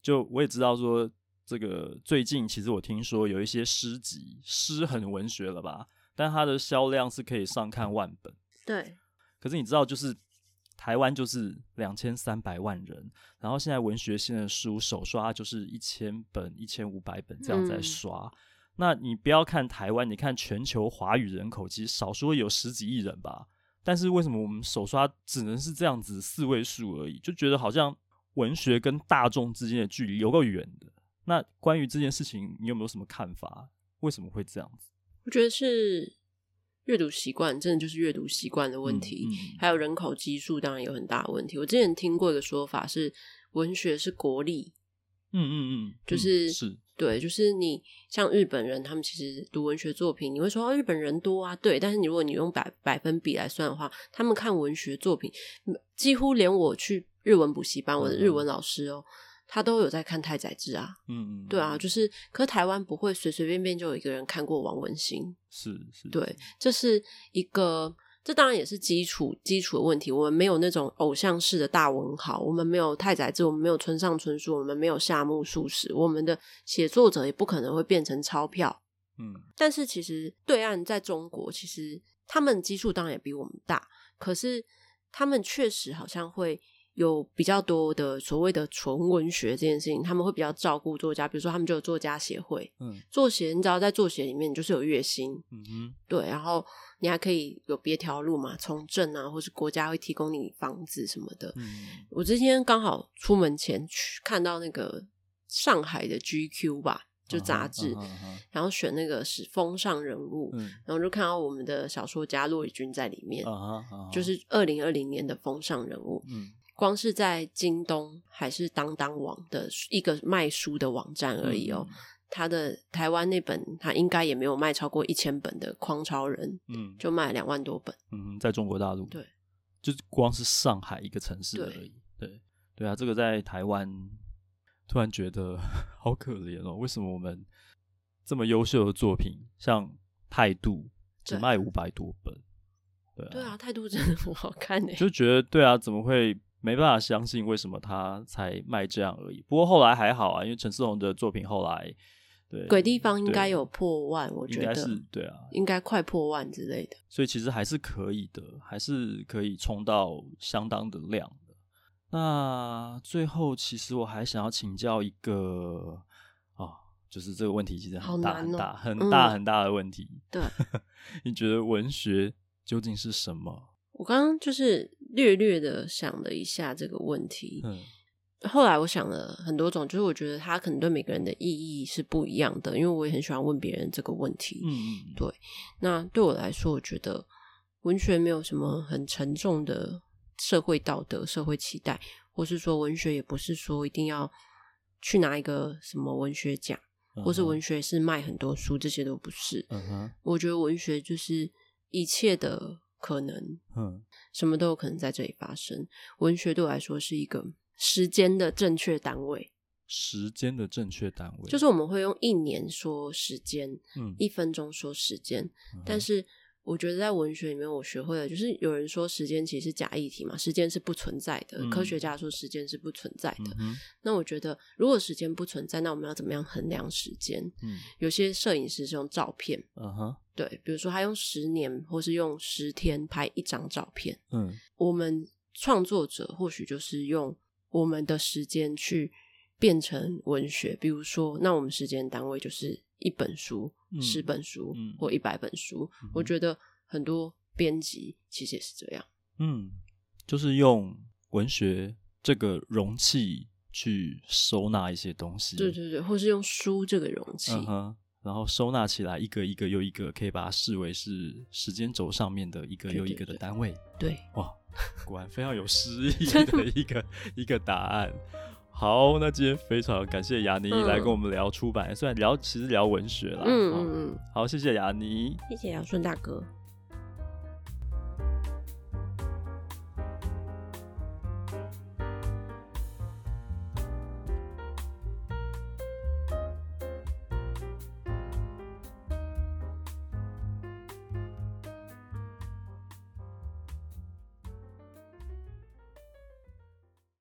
Speaker 1: 就我也知道说，这个最近其实我听说有一些诗集，诗很文学了吧，但它的销量是可以上看万本。
Speaker 2: 对，
Speaker 1: 可是你知道，就是台湾就是两千三百万人，然后现在文学性的书手刷啊就是一千本、一千五百本这样在
Speaker 2: 嗯
Speaker 1: 刷。那你不要看台湾，你看全球华语人口，其实少说有十几亿人吧。但是为什么我们手刷只能是这样子四位数而已？就觉得好像文学跟大众之间的距离有够远的。那关于这件事情，你有没有什么看法？为什么会这样子？
Speaker 2: 我觉得是阅读习惯，真的就是阅读习惯的问题，
Speaker 1: 嗯嗯
Speaker 2: 还有人口基数当然有很大的问题。我之前听过一个说法是，文学是国力，
Speaker 1: 嗯嗯嗯，
Speaker 2: 就
Speaker 1: 嗯
Speaker 2: 是
Speaker 1: 是
Speaker 2: 对，就是你像日本人，他们其实读文学作品，你会说、哦、日本人多啊，对。但是你如果你用百百分比来算的话，他们看文学作品，嗯几乎连我去日文补习班，我的日文老师哦，他都有在看太宰治啊，
Speaker 1: 嗯嗯，
Speaker 2: 对啊，
Speaker 1: 嗯
Speaker 2: 就是，可是台湾不会随随便便就有一个人看过王文兴，
Speaker 1: 是是，
Speaker 2: 对，这是一个，这当然也是基础基础的问题。我们没有那种偶像式的大文豪，我们没有太宰治，我们没有村上春树，我们没有夏目漱石，我们的写作者也不可能会变成钞票。
Speaker 1: 嗯。
Speaker 2: 但是其实对岸在中国，其实他们基数当然也比我们大，可是他们确实好像会。有比较多的所谓的纯文学这件事情，他们会比较照顾作家，比如说他们就有作家协会，
Speaker 1: 嗯
Speaker 2: 作协，你只要在作协里面，你就是有月薪，
Speaker 1: 嗯哼，
Speaker 2: 对，然后你还可以有别条路嘛，从政啊，或是国家会提供你房子什么的。
Speaker 1: 嗯，
Speaker 2: 我之前刚好出门前去看到那个上海的 GQ 吧， 就杂志，
Speaker 1: 啊哈啊哈啊哈
Speaker 2: 然后选那个是风尚人物，
Speaker 1: 嗯
Speaker 2: 然后就看到我们的小说家骆以军在里面，
Speaker 1: 啊哈啊哈，
Speaker 2: 就是二零二零年的风尚人物。
Speaker 1: 嗯
Speaker 2: 光是在京东还是当当网的一个卖书的网站而已
Speaker 1: 嗯
Speaker 2: 哦，，他的台湾那本他应该也没有卖超过一千本的《匡超人》，
Speaker 1: 嗯
Speaker 2: 就卖两万多本。
Speaker 1: 嗯，在中国大陆，
Speaker 2: 对，
Speaker 1: 就是光是上海一个城市而
Speaker 2: 对
Speaker 1: 已，对对啊，这个在台湾突然觉得 好可怜哦，为什么我们这么优秀的作品，像《态度》只
Speaker 2: 对
Speaker 1: 卖五百多本，对
Speaker 2: 对啊，，态度真的很好看欸诶、
Speaker 1: 就觉得对啊，怎么会没办法相信？为什么他才卖这样而已？不过后来还好啊，因为陈思宏的作品后来对
Speaker 2: 鬼地方应
Speaker 1: 对
Speaker 2: 该有破万，我
Speaker 1: 应
Speaker 2: 觉
Speaker 1: 该
Speaker 2: 得
Speaker 1: 是对啊，
Speaker 2: 应该快破万之类的。
Speaker 1: 所以其实还是可以的，还是可以冲到相当的量的。那最后，其实我还想要请教一个哦，就是这个问题其实
Speaker 2: 好
Speaker 1: 很大
Speaker 2: 难
Speaker 1: 很
Speaker 2: 哦
Speaker 1: 大、很
Speaker 2: 嗯
Speaker 1: 大很大的问题。
Speaker 2: 对，
Speaker 1: 你觉得文学究竟是什么？
Speaker 2: 我刚刚就是略略的想了一下这个问题，
Speaker 1: 嗯
Speaker 2: 后来我想了很多种，就是我觉得它可能对每个人的意义是不一样的，因为我也很喜欢问别人这个问题。
Speaker 1: 嗯，
Speaker 2: 对那对我来说，我觉得文学没有什么很沉重的社会道德、社会期待，或是说文学也不是说一定要去拿一个什么文学奖，
Speaker 1: 嗯
Speaker 2: 或是
Speaker 1: 哼
Speaker 2: 文学是卖很多书，这些都不是。
Speaker 1: 嗯哼
Speaker 2: 我觉得文学就是一切的可能，
Speaker 1: 嗯
Speaker 2: 什么都有可能在这里发生。文学对我来说是一个时间的正确单位，
Speaker 1: 时间的正确单位
Speaker 2: 就是我们会用一年说时间，
Speaker 1: 嗯
Speaker 2: 一分钟说时间，但是。我觉得在文学里面，我学会了，就是有人说时间其实是假议题嘛，时间是不存在的。
Speaker 1: 嗯
Speaker 2: 科学家说时间是不存在的。
Speaker 1: 嗯哼
Speaker 2: 那我觉得，如果时间不存在，那我们要怎么样衡量时间？
Speaker 1: 嗯
Speaker 2: 有些摄影师是用照片，
Speaker 1: 嗯哼
Speaker 2: 对，比如说他用十年或是用十天拍一张照片。
Speaker 1: 嗯
Speaker 2: 我们创作者或许就是用我们的时间去变成文学，比如说，那我们时间单位就是一本书、
Speaker 1: 嗯
Speaker 2: 十本书、
Speaker 1: 嗯
Speaker 2: 或一百本书。我觉得很多编辑其实也是这样，
Speaker 1: 嗯，就是用文学这个容器去收纳一些东西，
Speaker 2: 对对对，或是用书这个容器，
Speaker 1: 嗯哼，然后收纳起来一个一个又一个，可以把它视为是时间轴上面的一个
Speaker 2: 对
Speaker 1: 又一
Speaker 2: 对
Speaker 1: 个的
Speaker 2: 对
Speaker 1: 单位。
Speaker 2: 对，
Speaker 1: 哇，果然非常有诗意的一个一个答案。好，那今天非常感谢雅尼
Speaker 2: 嗯
Speaker 1: 来跟我们聊出版，虽然聊其实聊文学啦，
Speaker 2: 嗯
Speaker 1: 哦
Speaker 2: 嗯嗯，
Speaker 1: 好，谢谢雅尼。
Speaker 2: 谢谢姚顺大哥。